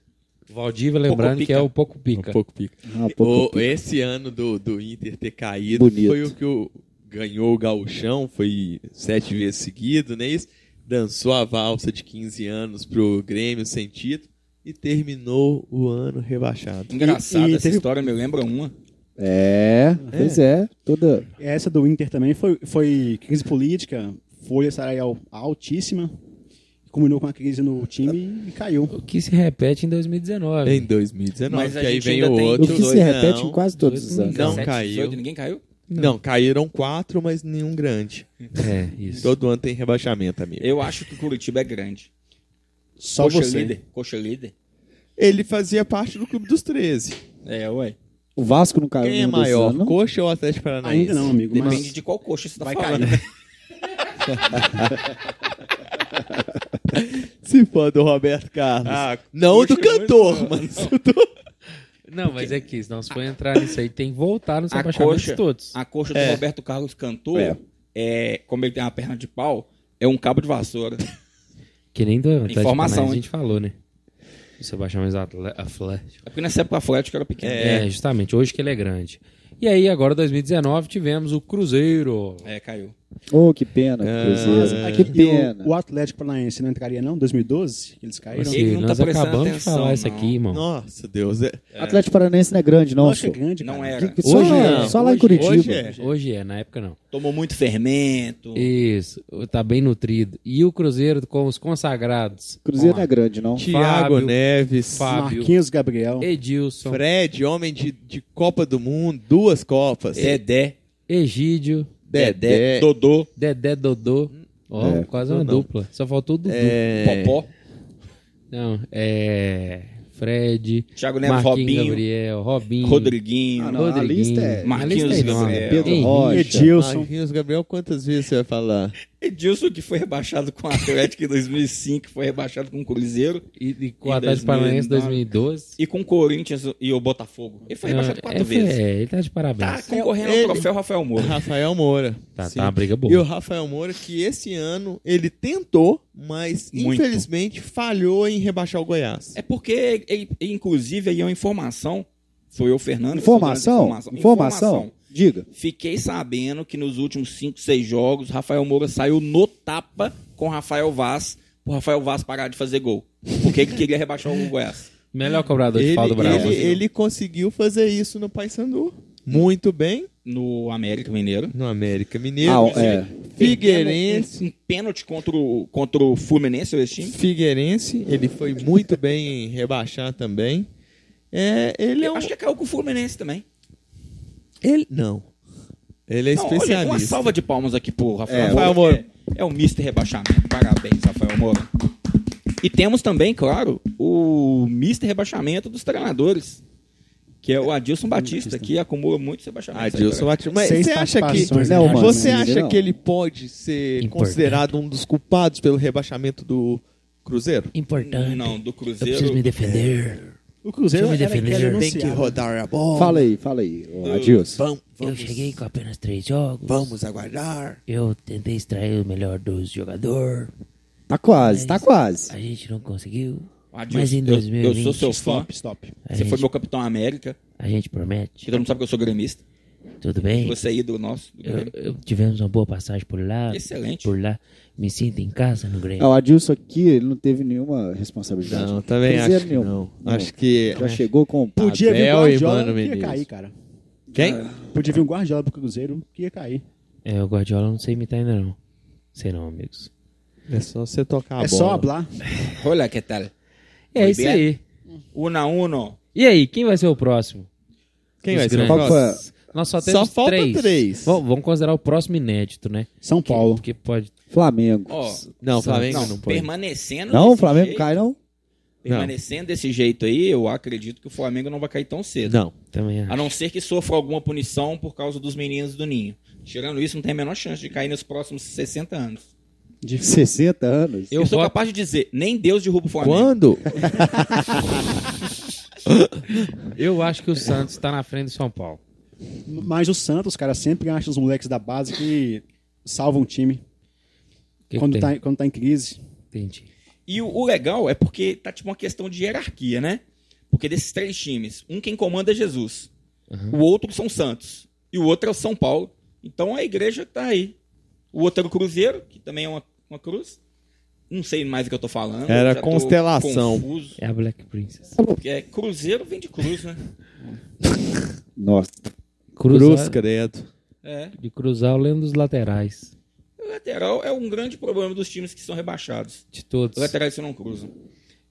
Speaker 2: O Valdívia, lembrando que
Speaker 4: Pica.
Speaker 2: é o Poco Pica.
Speaker 7: Um pouco pica.
Speaker 3: Ah, um pouco
Speaker 7: O- esse ano do, do Inter ter caído
Speaker 3: Bonito.
Speaker 7: foi o que o, ganhou o gauchão, foi sete vezes seguido, né? Isso? Dançou a valsa de 15 anos pro Grêmio sem título e terminou o ano rebaixado.
Speaker 4: Engraçado,
Speaker 5: E- e
Speaker 4: essa
Speaker 5: teve-
Speaker 4: história me lembra uma.
Speaker 3: É, pois é. Toda.
Speaker 5: Essa do Inter também foi, foi crise política, folha salarial altíssima, combinou com a crise no time e caiu.
Speaker 2: O que se repete em 2019.
Speaker 7: Em 2019,
Speaker 4: Mas a
Speaker 7: que aí
Speaker 4: gente
Speaker 7: vem
Speaker 4: ainda
Speaker 7: o
Speaker 3: O
Speaker 4: tem
Speaker 7: outro.
Speaker 3: que se
Speaker 7: dois,
Speaker 3: repete
Speaker 7: não.
Speaker 3: em quase todos os anos.
Speaker 7: Não
Speaker 4: 17,
Speaker 7: caiu.
Speaker 4: 18, ninguém caiu?
Speaker 7: Não, caíram quatro, mas nenhum grande.
Speaker 2: É, isso.
Speaker 7: Todo ano tem rebaixamento, amigo.
Speaker 4: Eu acho que o Curitiba é grande.
Speaker 5: Só
Speaker 4: Coxa
Speaker 5: você.
Speaker 4: líder. Coxa líder.
Speaker 7: Ele fazia parte do Clube dos 13.
Speaker 4: É, ué.
Speaker 3: O Vasco Ah, não caiu
Speaker 7: Quem é
Speaker 3: nenhum desse
Speaker 7: maior,
Speaker 3: ano, não?
Speaker 7: Coxa ou Atlético Paranaense?
Speaker 5: Ainda não, amigo,
Speaker 4: Depende
Speaker 5: mas
Speaker 4: de qual coxa você tá
Speaker 5: vai
Speaker 4: falando.
Speaker 5: cair.
Speaker 7: Se for do Roberto Carlos.
Speaker 4: Ah,
Speaker 7: não
Speaker 4: coxa
Speaker 7: do
Speaker 4: é muito
Speaker 7: cantor,
Speaker 2: né?
Speaker 4: maior.
Speaker 7: mas
Speaker 2: Não, mas é que, senão se for entrar nisso aí, tem que voltar nos
Speaker 4: A
Speaker 2: abaixamentos
Speaker 4: coxa-
Speaker 2: todos.
Speaker 4: A coxa do Roberto Carlos cantor,
Speaker 3: É.
Speaker 4: é. como ele tem uma perna de pau, é um cabo de vassoura.
Speaker 2: Que nem do Atlético
Speaker 4: Informação,
Speaker 2: Paranaense a
Speaker 4: hein?
Speaker 2: gente falou, né? Os abaixamentos do é Atle- Atlético.
Speaker 4: É porque nessa época o Atlético era pequeno.
Speaker 2: É. justamente, hoje que ele é grande. E aí, agora, 2019, tivemos o Cruzeiro.
Speaker 4: É, caiu.
Speaker 3: Oh, que pena,
Speaker 7: Ah, É.
Speaker 3: Cruzeiro.
Speaker 5: Aqui,
Speaker 3: que
Speaker 5: e o-
Speaker 3: pena.
Speaker 5: o, Atlético Paranaense não entraria não, 2012, que eles caíram.
Speaker 2: Assim,
Speaker 4: Ele não tá
Speaker 2: nós
Speaker 4: prestando
Speaker 2: acabamos de
Speaker 4: atenção,
Speaker 2: falar isso
Speaker 4: não.
Speaker 2: aqui, irmão.
Speaker 7: Nossa, Deus. É...
Speaker 3: Atlético Paranaense não é grande, não.
Speaker 5: Nossa,
Speaker 3: senhor.
Speaker 5: que grande,
Speaker 4: Não
Speaker 5: cara.
Speaker 4: era.
Speaker 3: Só,
Speaker 7: Hoje é.
Speaker 3: só lá em
Speaker 7: Hoje-
Speaker 3: Curitiba.
Speaker 7: hoje é.
Speaker 2: Hoje é, na época não.
Speaker 4: Tomou muito fermento.
Speaker 2: Isso, tá bem nutrido. E o Cruzeiro com os consagrados.
Speaker 3: Cruzeiro não é
Speaker 2: Vamos
Speaker 3: grande, não.
Speaker 7: Tiago
Speaker 2: Fábio.
Speaker 7: Neves.
Speaker 2: Fábio.
Speaker 5: Marquinhos Gabriel.
Speaker 2: lá. Edilson,
Speaker 7: Fred, homem de, de Copa do Mundo, duas Copas.
Speaker 4: Dedé,
Speaker 2: Egídio,
Speaker 4: Dedé,
Speaker 7: Dedé.
Speaker 4: né? Dodô,
Speaker 2: Dedé Dodô. Ó,
Speaker 3: É,
Speaker 2: quase uma
Speaker 7: não.
Speaker 2: dupla. Só faltou o Dudu.
Speaker 7: É,
Speaker 4: Popó,
Speaker 2: Não, é. Fred,
Speaker 4: Thiago Neves,
Speaker 2: Marquinhos
Speaker 4: Robinho,
Speaker 2: Gabriel, Robinho,
Speaker 4: Rodriguinho,
Speaker 5: Ah, não.
Speaker 2: Rodriguinho,
Speaker 5: a lista é-
Speaker 4: Marquinhos
Speaker 2: A lista é enorme.
Speaker 4: Gabriel.
Speaker 3: Pedro
Speaker 2: Henrique.
Speaker 3: Rocha.
Speaker 5: Edilson.
Speaker 7: Marquinhos Gabriel, quantas vezes você vai falar?
Speaker 4: Edilson, que foi rebaixado com o Atlético em 2005, foi rebaixado com o Cruzeiro
Speaker 2: E, e com
Speaker 4: Em
Speaker 2: o Atlético Paranaense
Speaker 4: 2009.
Speaker 2: 2012.
Speaker 4: e com o Corinthians e o Botafogo. Ele foi rebaixado
Speaker 2: Ah,
Speaker 4: quatro
Speaker 2: é,
Speaker 4: vezes.
Speaker 2: É, ele tá de
Speaker 4: Tá
Speaker 2: parabéns.
Speaker 4: concorrendo
Speaker 7: Ele-
Speaker 4: ao troféu Rafael Moura.
Speaker 7: Rafael Moura.
Speaker 2: Tá,
Speaker 7: Sim.
Speaker 2: tá uma briga boa.
Speaker 7: E o Rafael Moura, que esse ano ele tentou, mas
Speaker 4: Muito.
Speaker 7: infelizmente falhou em rebaixar o Goiás.
Speaker 4: É porque, ele- ele- inclusive, aí é uma é informação Foi eu, Fernando. que
Speaker 3: Informação?
Speaker 4: fui durante a
Speaker 3: Informação? Diga.
Speaker 4: Fiquei sabendo que nos últimos 5, 6 jogos, Rafael Moura saiu no tapa com Rafael Vaz, pro Rafael Vaz parar de fazer gol. Porque ele queria rebaixar o Goiás.
Speaker 2: Melhor cobrador de
Speaker 7: Ele,
Speaker 2: falta do Brasil. Hum.
Speaker 7: ele, ele conseguiu fazer isso no Paysandu. Muito bem.
Speaker 4: No América Mineiro.
Speaker 7: No América Mineiro.
Speaker 3: Ah, é.
Speaker 7: Figueirense.
Speaker 4: Um, um pênalti contra o, contra o Fluminense, o time.
Speaker 7: Figueirense. Ele foi muito bem em rebaixar também. É, ele é
Speaker 4: Eu
Speaker 7: um.
Speaker 4: acho que caiu com o Fluminense também.
Speaker 7: Ele, não. Ele é
Speaker 4: Não, olha,
Speaker 7: especialista.
Speaker 4: uma salva de palmas aqui pro Rafael,
Speaker 7: É,
Speaker 4: Moura.
Speaker 7: Rafael Moura.
Speaker 4: É, é o Mr. Rebaixamento. Parabéns, Rafael Moura. E temos também, claro, o Mr. Rebaixamento dos treinadores. Que é o Adilson Batista, que acumula muitos rebaixamentos.
Speaker 7: Hum, Adilson
Speaker 4: Aí,
Speaker 7: Batista. Ah, Mas
Speaker 5: Seis
Speaker 7: você acha que.
Speaker 5: participações
Speaker 3: né, humano?
Speaker 7: Você
Speaker 3: Não,
Speaker 7: acha
Speaker 3: não.
Speaker 7: que ele pode ser
Speaker 2: Importante.
Speaker 7: considerado um dos culpados pelo rebaixamento do Cruzeiro?
Speaker 4: cara.
Speaker 9: Importante.
Speaker 4: Não, do
Speaker 9: Eu preciso me
Speaker 4: Cruzeiro.
Speaker 9: defender.
Speaker 5: O Cruzeiro
Speaker 9: Deixa eu
Speaker 5: era
Speaker 9: me defender.
Speaker 5: aquele
Speaker 9: Tem
Speaker 7: Tem que
Speaker 5: anunciado.
Speaker 7: rodar a bola.
Speaker 3: Fala aí, fala aí, ô, Adilson.
Speaker 7: É, Vamos,
Speaker 9: Eu cheguei com apenas três jogos.
Speaker 7: vamos aguardar.
Speaker 9: Eu tentei extrair o melhor dos jogadores.
Speaker 3: Tá quase, tá quase.
Speaker 9: A gente não conseguiu.
Speaker 4: Adilson,
Speaker 9: Mas em 2020,
Speaker 4: eu, eu sou seu fã.
Speaker 5: Stop, stop.
Speaker 9: A,
Speaker 4: Você
Speaker 9: gente,
Speaker 4: foi meu capitão América.
Speaker 9: a gente promete.
Speaker 4: Que todo mundo sabe que eu sou gremista.
Speaker 9: Tudo bem?
Speaker 4: Você aí do nosso. do
Speaker 9: É Eu-
Speaker 4: Grêmio.
Speaker 9: eu- tivemos uma boa passagem por lá.
Speaker 4: Excelente.
Speaker 9: Por lá. Me sinto em casa no Grêmio.
Speaker 3: Ah, o Adilson aqui, ele não teve nenhuma responsabilidade.
Speaker 7: Não, também
Speaker 3: Cruzeiro
Speaker 7: acho que
Speaker 3: nenhum.
Speaker 7: não. Acho que.
Speaker 3: Já chegou com
Speaker 7: Podia-
Speaker 5: Podia vir o
Speaker 7: Abel e
Speaker 5: Guardiola
Speaker 7: Mano
Speaker 5: que ia
Speaker 7: Menezes.
Speaker 5: cair, cara.
Speaker 7: Quem?
Speaker 5: Podia vir um Guardiola pro Cruzeiro que ia cair.
Speaker 9: É, o Guardiola eu não sei imitar ainda não. Sei não, amigos.
Speaker 7: É só você tocar a bola.
Speaker 5: é só hablar.
Speaker 4: Olha que tal. um
Speaker 2: É isso aí.
Speaker 4: Una uno.
Speaker 2: E aí, quem vai ser o próximo?
Speaker 7: Quem
Speaker 2: Os
Speaker 7: vai ser o
Speaker 2: grandes.
Speaker 7: próximo?
Speaker 3: Qual foi?
Speaker 2: Nós só
Speaker 7: Só
Speaker 2: temos
Speaker 7: falta
Speaker 2: três.
Speaker 7: três.
Speaker 2: Vam- vamos considerar o próximo inédito, né?
Speaker 5: São
Speaker 2: Que-
Speaker 5: Paulo.
Speaker 2: Porque pode...
Speaker 3: Flamengo.
Speaker 4: Ó,
Speaker 7: Não, o
Speaker 2: Santos.
Speaker 7: Flamengo
Speaker 4: não,
Speaker 7: não, pode.
Speaker 4: permanecendo.
Speaker 3: não,
Speaker 4: desse
Speaker 3: o Flamengo
Speaker 4: jeito,
Speaker 3: cai, não?
Speaker 4: Permanecendo desse jeito aí, eu acredito que o Flamengo não vai cair tão cedo.
Speaker 7: Não.
Speaker 9: Também acho.
Speaker 4: A não ser que sofra alguma punição por causa dos meninos do Ninho. Tirando isso, não tem a menor chance de cair nos próximos 60 anos.
Speaker 3: De 60 anos.
Speaker 4: Eu,
Speaker 2: Eu
Speaker 4: sou
Speaker 2: voto-
Speaker 4: capaz de dizer, nem Deus derruba o Flamengo.
Speaker 7: Quando?
Speaker 2: Eu acho que o Santos tá na frente do São Paulo.
Speaker 5: Mas o Santos, cara, sempre acha os moleques da base que salvam o time
Speaker 2: O que que
Speaker 5: quando,
Speaker 2: tem?
Speaker 5: tá, quando tá em crise.
Speaker 2: Entendi.
Speaker 4: E o, o legal é porque tá tipo uma questão de hierarquia, né? Porque desses três times, um quem comanda é Jesus, o outro são Santos e o outro é o São Paulo. Então a igreja tá aí. O outro era o Cruzeiro, que também é uma, uma cruz. Não sei mais o que eu tô falando.
Speaker 7: Era
Speaker 4: já tô
Speaker 7: constelação.
Speaker 4: Confuso,
Speaker 9: É a Black Princess.
Speaker 4: porque é Cruzeiro vem de cruz, né?
Speaker 3: Nossa.
Speaker 7: Cruz,
Speaker 9: Cruzar,
Speaker 7: credo.
Speaker 4: É.
Speaker 9: de cruzar, eu lembro dos laterais.
Speaker 4: O lateral é um grande problema dos times que são rebaixados.
Speaker 2: De todos.
Speaker 4: Os laterais não cruzam.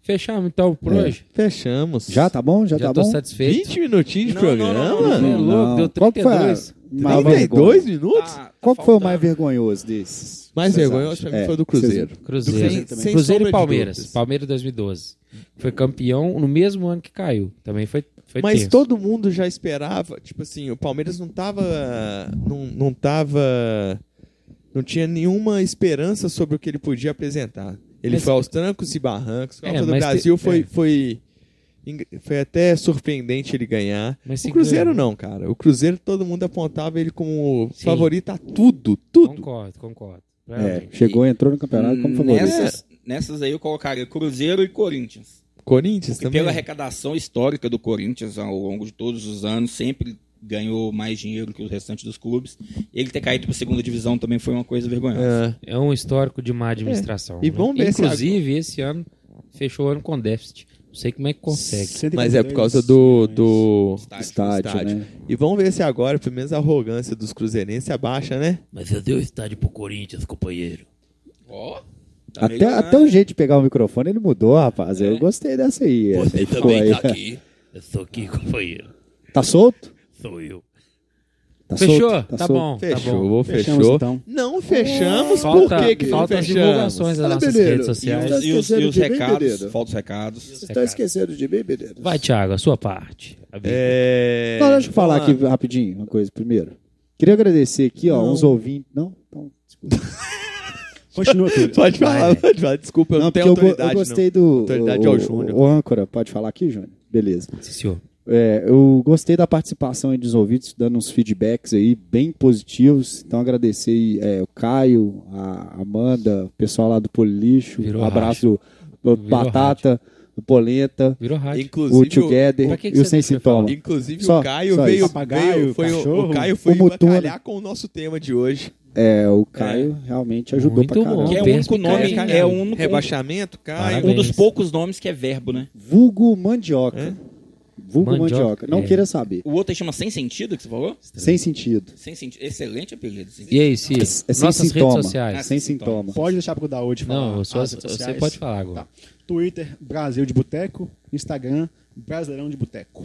Speaker 2: Fechamos então por
Speaker 7: É.
Speaker 2: hoje.
Speaker 7: Fechamos.
Speaker 3: Já tá bom? Já,
Speaker 2: Já
Speaker 3: tá
Speaker 2: tô
Speaker 3: bom?
Speaker 2: satisfeito.
Speaker 7: 20 minutinhos de
Speaker 4: Não,
Speaker 7: programa?
Speaker 4: não, não,
Speaker 2: Você é louco, deu
Speaker 3: Qual que foi a
Speaker 2: 32.
Speaker 3: mais
Speaker 7: 32
Speaker 3: vergonha?
Speaker 7: minutos?
Speaker 4: Tá- tá
Speaker 3: Qual que foi o
Speaker 4: faltando.
Speaker 3: mais vergonhoso desses?
Speaker 7: Mais
Speaker 3: Vocês
Speaker 7: vergonhoso
Speaker 3: acham?
Speaker 7: pra mim
Speaker 3: É,
Speaker 7: foi do
Speaker 3: vocês-
Speaker 7: Cruzeiro.
Speaker 2: Cruzeiro.
Speaker 7: Sem- sem
Speaker 2: Cruzeiro
Speaker 7: sombra
Speaker 2: e
Speaker 7: de
Speaker 2: Palmeiras.
Speaker 7: dúvidas.
Speaker 2: Palmeiras 2012. Foi campeão no mesmo ano que caiu. Também foi, foi
Speaker 7: Mas
Speaker 2: tenso.
Speaker 7: todo mundo já esperava, tipo assim, o Palmeiras não tava. Não, não tava. Não tinha nenhuma esperança sobre o que ele podia apresentar. Ele
Speaker 2: Mas-
Speaker 7: foi aos trancos e barrancos. A
Speaker 2: É,
Speaker 7: Copa do
Speaker 2: mas te-
Speaker 7: Brasil foi,
Speaker 2: é.
Speaker 7: foi, ing- foi até surpreendente ele ganhar.
Speaker 2: Mas se
Speaker 7: o Cruzeiro
Speaker 2: ganha-
Speaker 7: não, cara. O Cruzeiro todo mundo apontava ele como
Speaker 2: Sim.
Speaker 7: favorito a tudo, tudo.
Speaker 2: Concordo, concordo.
Speaker 3: É,
Speaker 2: Realmente.
Speaker 3: chegou, entrou no campeonato
Speaker 7: Hum,
Speaker 3: como favorito.
Speaker 4: Nessas, nessas aí eu colocaria Cruzeiro e Corinthians.
Speaker 7: Corinthians
Speaker 4: Porque
Speaker 7: também.
Speaker 4: pela arrecadação histórica do Corinthians ao longo de todos os anos, sempre ganhou mais dinheiro que o restante dos clubes. Ele ter caído para a segunda divisão também foi uma coisa vergonhosa.
Speaker 7: É.
Speaker 2: É um histórico de má administração. né?
Speaker 7: E vamos ver se
Speaker 2: Inclusive, esse ano fechou o ano com déficit. Não sei como é que consegue.
Speaker 5: 142
Speaker 7: Mas é por causa do, do
Speaker 4: Estádio.
Speaker 3: Estádio, né?
Speaker 7: E vamos ver se agora, pelo menos, a arrogância dos cruzeirenses abaixa, né?
Speaker 9: Mas eu dei o estádio pro Corinthians, companheiro.
Speaker 4: Ó, tá
Speaker 3: É. Até,
Speaker 4: melhorando.
Speaker 3: até o jeito de pegar o microfone ele mudou, rapaz. Eu gostei dessa aí. Essa aí
Speaker 9: Você
Speaker 3: ficou
Speaker 9: também
Speaker 3: aí.
Speaker 9: tá aqui. Eu sou aqui, companheiro.
Speaker 3: Tá solto?
Speaker 9: Sou eu.
Speaker 3: Tá
Speaker 2: Fechou?
Speaker 3: solto?
Speaker 2: Tá,
Speaker 3: solto?
Speaker 2: bom. Tá bom.
Speaker 7: Fechou,
Speaker 5: Fechamos,
Speaker 7: fechou.
Speaker 5: então.
Speaker 7: Não fechamos,
Speaker 2: Falta,
Speaker 7: por que, que
Speaker 2: falta
Speaker 7: não
Speaker 2: as
Speaker 7: fechamos?
Speaker 2: divulgações das
Speaker 8: Fala,
Speaker 2: nossas
Speaker 8: Beneiro.
Speaker 2: redes
Speaker 4: E
Speaker 2: sociais.
Speaker 4: os, e os- e os
Speaker 8: Tá esquecendo de mim,
Speaker 4: recados,
Speaker 8: Pedro?
Speaker 4: falta os recados.
Speaker 8: Vocês estão esquecendo de mim, meninos?
Speaker 2: Vai, Thiago, a sua parte.
Speaker 7: É...
Speaker 3: Não, deixa eu falar
Speaker 7: vamos
Speaker 3: aqui
Speaker 7: lá.
Speaker 3: rapidinho uma coisa primeiro. Queria agradecer aqui, ó,
Speaker 7: Não.
Speaker 3: uns ouvintes. Não? Então, desculpa.
Speaker 5: Continua, filho.
Speaker 7: Pode falar, pode falar. Desculpa, eu não,
Speaker 3: Não,
Speaker 7: tenho
Speaker 3: porque eu, go-
Speaker 7: autoridade.
Speaker 3: eu gostei do.
Speaker 7: Autoridade
Speaker 3: o,
Speaker 7: é o Júnior.
Speaker 3: O âncora, pode falar aqui, Júnior? Beleza.
Speaker 2: Sim, senhor.
Speaker 3: É, eu gostei da participação aí dos ouvintes, dando uns feedbacks aí bem positivos. Então agradecer aí, é, o Caio, a Amanda, o pessoal lá do Polilixo,
Speaker 2: Virou
Speaker 3: abraço do- do
Speaker 2: Virou
Speaker 3: Batata, o Polenta,
Speaker 9: Virou rádio.
Speaker 3: o
Speaker 7: Inclusive,
Speaker 3: Together
Speaker 9: pra que que
Speaker 3: e o
Speaker 9: você
Speaker 3: Sem
Speaker 9: foi
Speaker 3: Sintoma.
Speaker 7: Inclusive
Speaker 3: Só-
Speaker 7: o Caio
Speaker 3: só
Speaker 7: veio,
Speaker 3: isso.
Speaker 5: Papagaio,
Speaker 7: veio- foi o-
Speaker 5: cachorro,
Speaker 7: o Caio foi
Speaker 3: o Mutum.
Speaker 7: bacalhar com o nosso tema de hoje.
Speaker 3: É, o Caio realmente ajudou
Speaker 9: Muito
Speaker 3: pra caramba.
Speaker 9: bom.
Speaker 4: Que
Speaker 2: um
Speaker 4: é o
Speaker 9: Bem
Speaker 4: único nome,
Speaker 9: explicado.
Speaker 4: é o
Speaker 7: um-
Speaker 4: único-
Speaker 7: Rebaixamento, Caio.
Speaker 9: Parabéns.
Speaker 4: um dos poucos nomes que é verbo, né?
Speaker 3: Vulgo mandioca. Vulgo mandioca.
Speaker 9: Mandioca,
Speaker 3: Não
Speaker 9: é.
Speaker 3: queira saber.
Speaker 4: O outro aí chama Sem Sentido, que você falou?
Speaker 3: Sem sentido.
Speaker 4: Sem Sentido. Excelente apelido. Sem
Speaker 9: E aí, Cis?
Speaker 3: É sem
Speaker 9: Nossas
Speaker 3: sintoma.
Speaker 9: redes sociais.
Speaker 3: Sem
Speaker 4: sintoma.
Speaker 3: sintoma.
Speaker 5: Pode deixar pro Daúde falar.
Speaker 9: Não, só-
Speaker 5: as
Speaker 9: você
Speaker 5: redes sociais.
Speaker 9: pode falar agora.
Speaker 5: Tá. Twitter, Brasil de Boteco. Instagram, Brasileirão de Boteco.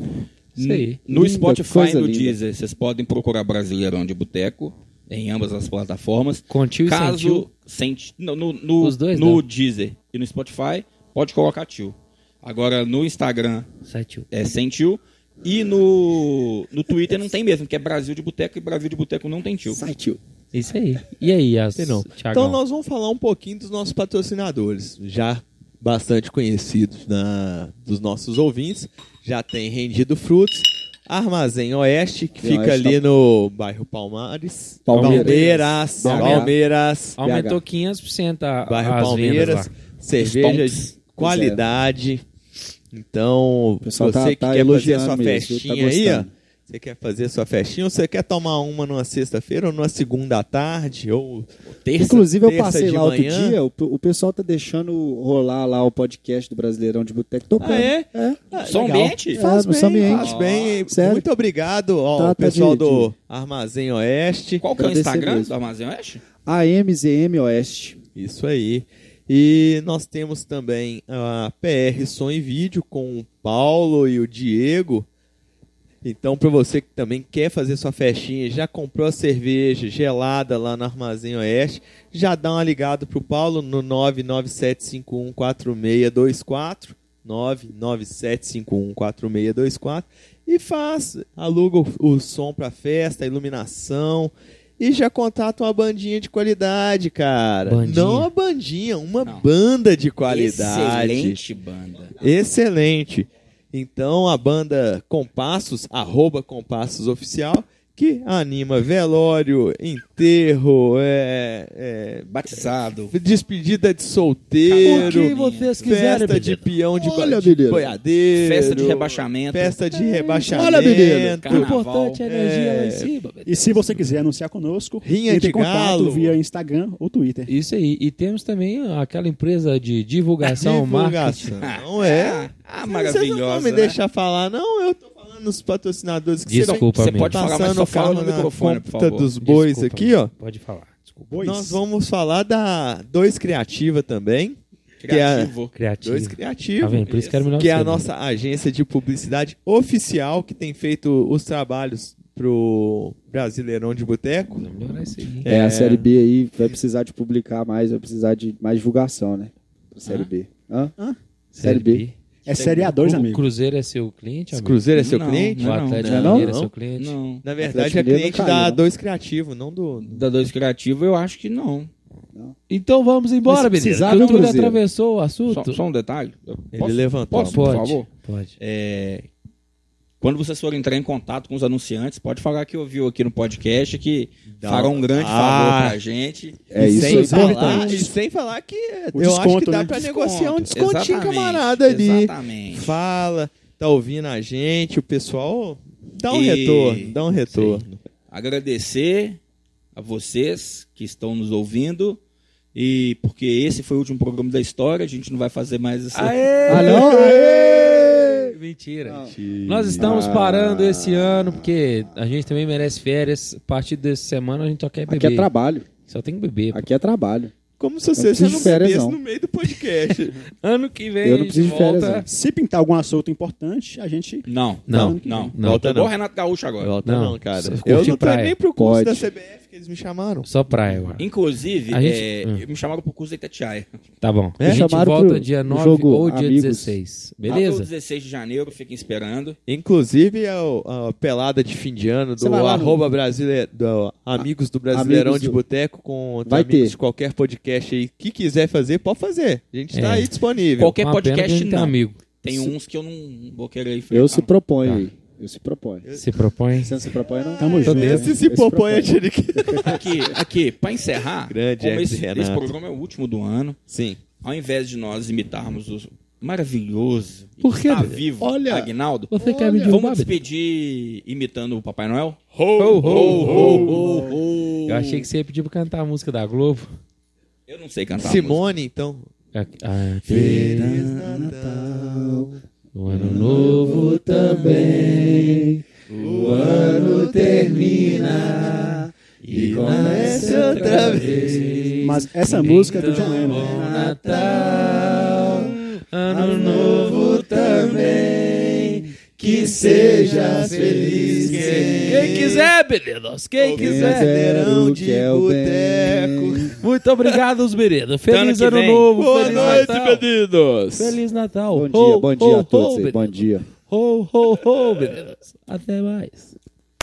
Speaker 9: Isso aí.
Speaker 4: No
Speaker 3: Linda,
Speaker 4: Spotify e
Speaker 3: coisa
Speaker 4: no
Speaker 3: linda.
Speaker 4: Deezer, vocês podem procurar Brasileirão de Boteco em ambas as plataformas.
Speaker 9: Contiu e sem
Speaker 4: Caso
Speaker 9: tio.
Speaker 4: sente no, no, no,
Speaker 9: Os dois né?
Speaker 4: no
Speaker 9: não.
Speaker 4: Deezer e no Spotify, pode colocar tio. Agora no Instagram
Speaker 9: Sai, tio.
Speaker 4: é sem tio e no, no Twitter não tem mesmo, porque é Brasil de Boteco e Brasil de Boteco não tem tio.
Speaker 3: Sai, tio.
Speaker 9: Isso aí. E aí, as...
Speaker 7: Sei não. Então
Speaker 9: Thiagão?
Speaker 7: nós vamos falar um pouquinho dos nossos patrocinadores, já bastante conhecidos na- dos nossos ouvintes, já tem rendido frutos. Armazém Oeste, que
Speaker 3: Tem
Speaker 7: fica
Speaker 3: Oeste,
Speaker 7: ali no bairro Palmares.
Speaker 3: Palmeiras.
Speaker 7: Palmeiras.
Speaker 3: Palmeiras.
Speaker 7: Palmeiras.
Speaker 9: Aumentou 500% a,
Speaker 7: bairro
Speaker 9: as vendas
Speaker 7: Palmeiras,
Speaker 9: lá.
Speaker 7: cerveja de
Speaker 4: Stonks.
Speaker 7: qualidade. Então,
Speaker 3: pessoal
Speaker 7: você
Speaker 3: tá-
Speaker 7: que
Speaker 3: tá
Speaker 7: quer fazer
Speaker 3: elogiando
Speaker 7: sua
Speaker 3: mesmo, tá
Speaker 7: festinha aí, ó.
Speaker 3: gostando.
Speaker 7: Você quer fazer sua festinha ou você quer tomar uma numa sexta-feira ou numa segunda à tarde ou terça,
Speaker 3: Inclusive, eu
Speaker 7: terça
Speaker 3: passei
Speaker 7: de
Speaker 3: lá outro
Speaker 7: manhã?
Speaker 3: dia, o, o pessoal tá deixando rolar lá o podcast do Brasileirão de Boteco tocando.
Speaker 7: Ah, é?
Speaker 3: É.
Speaker 4: Só um
Speaker 7: legal.
Speaker 4: ambiente?
Speaker 3: Faz
Speaker 7: Faz bem,
Speaker 3: no seu ambiente.
Speaker 7: faz bem.
Speaker 3: Sério?
Speaker 7: Muito obrigado ao
Speaker 3: Tá, tá
Speaker 7: pessoal
Speaker 3: de-
Speaker 7: do Armazém Oeste.
Speaker 4: Qual que é o
Speaker 3: Agradecer
Speaker 4: Instagram
Speaker 3: mesmo.
Speaker 4: do Armazém Oeste?
Speaker 3: AMZM Oeste.
Speaker 7: Isso aí. E nós temos também a PR Som e Vídeo com o Paulo e o Diego. Então, para você que também quer fazer sua festinha, já comprou a cerveja gelada lá no Armazém Oeste, já dá uma ligada pro Paulo no 997514624, 997514624 e faz, aluga o, o som pra festa, a iluminação e já contrata uma bandinha de qualidade, cara.
Speaker 9: Bandinha.
Speaker 7: Não uma bandinha, uma
Speaker 4: Não.
Speaker 7: banda de qualidade.
Speaker 4: Excelente banda.
Speaker 7: Excelente. Então a banda Compassos, arroba Compassos Oficial, que anima velório, enterro, é,
Speaker 4: Batizado.
Speaker 7: é, despedida de solteiro,
Speaker 4: O que
Speaker 9: vocês quiserem,
Speaker 7: festa de
Speaker 9: menino.
Speaker 7: peão de,
Speaker 3: Olha,
Speaker 7: ba- de
Speaker 3: menino.
Speaker 7: boiadeiro,
Speaker 4: Festa de rebaixamento. É.
Speaker 7: festa de rebaixamento,
Speaker 3: Olha, menino.
Speaker 9: O
Speaker 4: Carnaval.
Speaker 9: importante é a energia lá em cima.
Speaker 5: E se você quiser anunciar conosco,
Speaker 7: Rinha
Speaker 5: entre
Speaker 7: de
Speaker 5: em contato
Speaker 7: galo.
Speaker 5: via Instagram ou Twitter.
Speaker 9: Isso aí. E temos também aquela empresa de divulgação, É um marketing.
Speaker 7: divulgação. Não é?
Speaker 4: Ah,
Speaker 7: Vocês não vão
Speaker 4: maravilhosa.
Speaker 7: me
Speaker 4: né?
Speaker 7: deixar falar, não? Eu tô falando os patrocinadores que vocês
Speaker 9: Desculpa,
Speaker 4: Você
Speaker 9: amigo.
Speaker 4: pode falar, mas
Speaker 7: passando
Speaker 4: só
Speaker 7: o
Speaker 4: fala
Speaker 7: carro
Speaker 4: no
Speaker 7: na
Speaker 4: microfone, por
Speaker 7: ponta
Speaker 4: favor.
Speaker 7: dos bois
Speaker 9: Desculpa,
Speaker 7: aqui, ó.
Speaker 9: Pode falar. Desculpa.
Speaker 5: Pois.
Speaker 7: Nós vamos falar da Dois Criativa também.
Speaker 4: Criativo.
Speaker 9: Criativo.
Speaker 7: Dois
Speaker 9: Tá
Speaker 7: Criativos,
Speaker 9: vendo? Por isso que era melhor
Speaker 7: que é a
Speaker 9: ser, né?
Speaker 7: nossa agência de publicidade oficial que tem feito os trabalhos pro Brasileirão de Boteco.
Speaker 9: Vamos melhorar isso aí.
Speaker 3: É. a Série B aí vai precisar de publicar mais, vai precisar de mais divulgação, né? Pra Série B. Hã? Série B.
Speaker 5: É Série A2,
Speaker 9: O
Speaker 5: amigo.
Speaker 9: Cruzeiro é seu cliente,
Speaker 7: O
Speaker 9: amigo?
Speaker 7: Cruzeiro é seu
Speaker 4: Não,
Speaker 7: cliente?
Speaker 9: O
Speaker 4: não.
Speaker 9: Atlético
Speaker 3: Não é
Speaker 9: Mineiro é
Speaker 7: não?
Speaker 9: seu cliente?
Speaker 4: Não.
Speaker 7: Na verdade, é
Speaker 3: Atlético Mineiro
Speaker 7: cliente
Speaker 3: caiu,
Speaker 7: da
Speaker 3: né?
Speaker 7: Dois Criativo, não do.
Speaker 4: Da dois criativo, eu acho que não.
Speaker 9: Então vamos embora,
Speaker 3: Mas se
Speaker 9: beleza.
Speaker 3: precisar
Speaker 9: Todo
Speaker 3: do
Speaker 9: mundo
Speaker 3: Cruzeiro.
Speaker 9: atravessou o assunto.
Speaker 4: Só, só um detalhe. Eu
Speaker 7: Ele
Speaker 4: posso-
Speaker 7: levantou.
Speaker 4: posso,
Speaker 9: Pode,
Speaker 4: por favor? É,
Speaker 9: pode.
Speaker 4: Quando vocês forem entrar em contato com os anunciantes, pode falar que ouviu aqui no podcast, que
Speaker 7: Dá
Speaker 4: fará
Speaker 7: um-
Speaker 4: um grande
Speaker 7: Ah.
Speaker 4: favor pra gente.
Speaker 3: É
Speaker 7: E
Speaker 3: isso
Speaker 7: sem,
Speaker 3: aí.
Speaker 7: falar, Então, e sem falar que eu acho que
Speaker 5: desconto,
Speaker 7: dá
Speaker 5: né?
Speaker 7: pra
Speaker 4: Desconto.
Speaker 7: negociar um descontinho,
Speaker 4: Exatamente,
Speaker 7: camarada ali.
Speaker 4: Exatamente.
Speaker 7: Fala, tá ouvindo a gente, o pessoal. Dá um
Speaker 4: E-
Speaker 7: retorno, dá um retorno.
Speaker 4: Agradecer a vocês que estão nos ouvindo. E porque esse foi o último programa da história, a gente não vai fazer mais essa.
Speaker 3: Ah, não? Aê!
Speaker 9: Mentira. Nós
Speaker 3: Ah.
Speaker 9: estamos parando esse ano porque a gente também merece férias. A partir dessa semana a gente só quer
Speaker 3: Aqui é
Speaker 9: beber.
Speaker 3: trabalho.
Speaker 9: só tem que beber. pô.
Speaker 3: Aqui é trabalho.
Speaker 7: Como se você,
Speaker 3: preciso
Speaker 7: você não
Speaker 3: de férias,
Speaker 7: bebesse
Speaker 3: não.
Speaker 7: no meio do podcast.
Speaker 9: Ano que
Speaker 3: Eu
Speaker 9: vem a
Speaker 3: não
Speaker 9: gente
Speaker 3: preciso de férias,
Speaker 9: volta.
Speaker 3: não.
Speaker 5: Se pintar algum assunto importante, a gente
Speaker 4: Não,
Speaker 9: Não,
Speaker 4: não.
Speaker 9: não.
Speaker 7: Volta
Speaker 4: Igual o
Speaker 7: não.
Speaker 4: Renato Gaúcho agora.
Speaker 7: Volta
Speaker 9: Não,
Speaker 7: não, cara.
Speaker 9: só curte
Speaker 7: Eu não tô
Speaker 9: praia.
Speaker 7: nem pro
Speaker 3: Pode.
Speaker 7: curso da CBF que eles me chamaram.
Speaker 9: Só praia agora.
Speaker 4: Inclusive,
Speaker 9: A gente-
Speaker 4: é,
Speaker 9: Hum.
Speaker 4: me chamaram pro curso da Itatiaia.
Speaker 9: Tá bom.
Speaker 7: É?
Speaker 9: A gente
Speaker 3: Chamaram
Speaker 9: volta
Speaker 3: pro-
Speaker 9: dia
Speaker 3: pro
Speaker 9: 9
Speaker 3: jogo
Speaker 9: ou dia
Speaker 3: Amigos.
Speaker 9: 16.
Speaker 4: Até o
Speaker 9: Beleza?
Speaker 4: 16 de janeiro, fiquem esperando.
Speaker 7: Inclusive, a, a pelada de fim de ano
Speaker 3: Você
Speaker 7: do
Speaker 3: vai lá no-
Speaker 7: arroba brasile- do Amigos do Brasileirão
Speaker 3: Amigos
Speaker 7: de
Speaker 3: do-
Speaker 7: Boteco com os
Speaker 3: Vai
Speaker 7: amigos
Speaker 3: ter.
Speaker 7: de qualquer podcast aí que quiser fazer, pode fazer. A gente tá
Speaker 9: É.
Speaker 7: aí disponível.
Speaker 4: Qualquer
Speaker 9: Uma pena que a
Speaker 4: podcast
Speaker 9: gente tem
Speaker 4: não.
Speaker 9: amigo.
Speaker 4: Tem uns que eu não vou querer ir
Speaker 3: Eu
Speaker 4: frequentar.
Speaker 3: se proponho aí. Eu se proponho.
Speaker 9: Se propõe.
Speaker 3: Você não se propõe, não?
Speaker 5: Tamo junto.
Speaker 7: Esse se propõe a tirar que-
Speaker 4: Aqui, aqui, pra encerrar,
Speaker 7: Grande
Speaker 4: como
Speaker 7: Hermes
Speaker 4: esse,
Speaker 7: Renato.
Speaker 4: esse programa é o último do ano,
Speaker 7: Sim.
Speaker 4: ao invés de nós imitarmos os maravilhoso e
Speaker 7: Por
Speaker 4: que
Speaker 7: quê,
Speaker 4: está
Speaker 7: Dedé?
Speaker 4: vivo,
Speaker 10: Olha,
Speaker 4: Aguinaldo,
Speaker 2: Você quer me
Speaker 4: vamos
Speaker 2: derrubar, Dedé?
Speaker 4: despedir imitando o Papai Noel?
Speaker 2: Ho, ho, ho.
Speaker 4: ho,
Speaker 2: Eu achei que você ia pedir pra cantar a música da Globo.
Speaker 4: Eu não sei cantar. a
Speaker 11: Simone, então.
Speaker 2: Ah, ah, Feliz O ano novo
Speaker 7: também. O ano termina e começa outra vez.
Speaker 5: Mas essa música é do John Lennon.
Speaker 2: Bom Natal, ano novo
Speaker 7: também. Que seja feliz
Speaker 2: Quem quiser, meninos, quem quiser.
Speaker 11: Verão de
Speaker 3: que é o bem.
Speaker 11: boteco.
Speaker 2: Muito obrigado, os meninos. Feliz
Speaker 4: que
Speaker 2: ano
Speaker 4: vem.
Speaker 2: novo,
Speaker 11: Boa
Speaker 2: feliz
Speaker 11: noite,
Speaker 2: Natal.
Speaker 11: meninos.
Speaker 2: Feliz Natal.
Speaker 3: Bom dia, bom dia a todos aí. Bom
Speaker 2: meninos.
Speaker 3: dia.
Speaker 2: Ho, ho, ho, meninos. Até mais.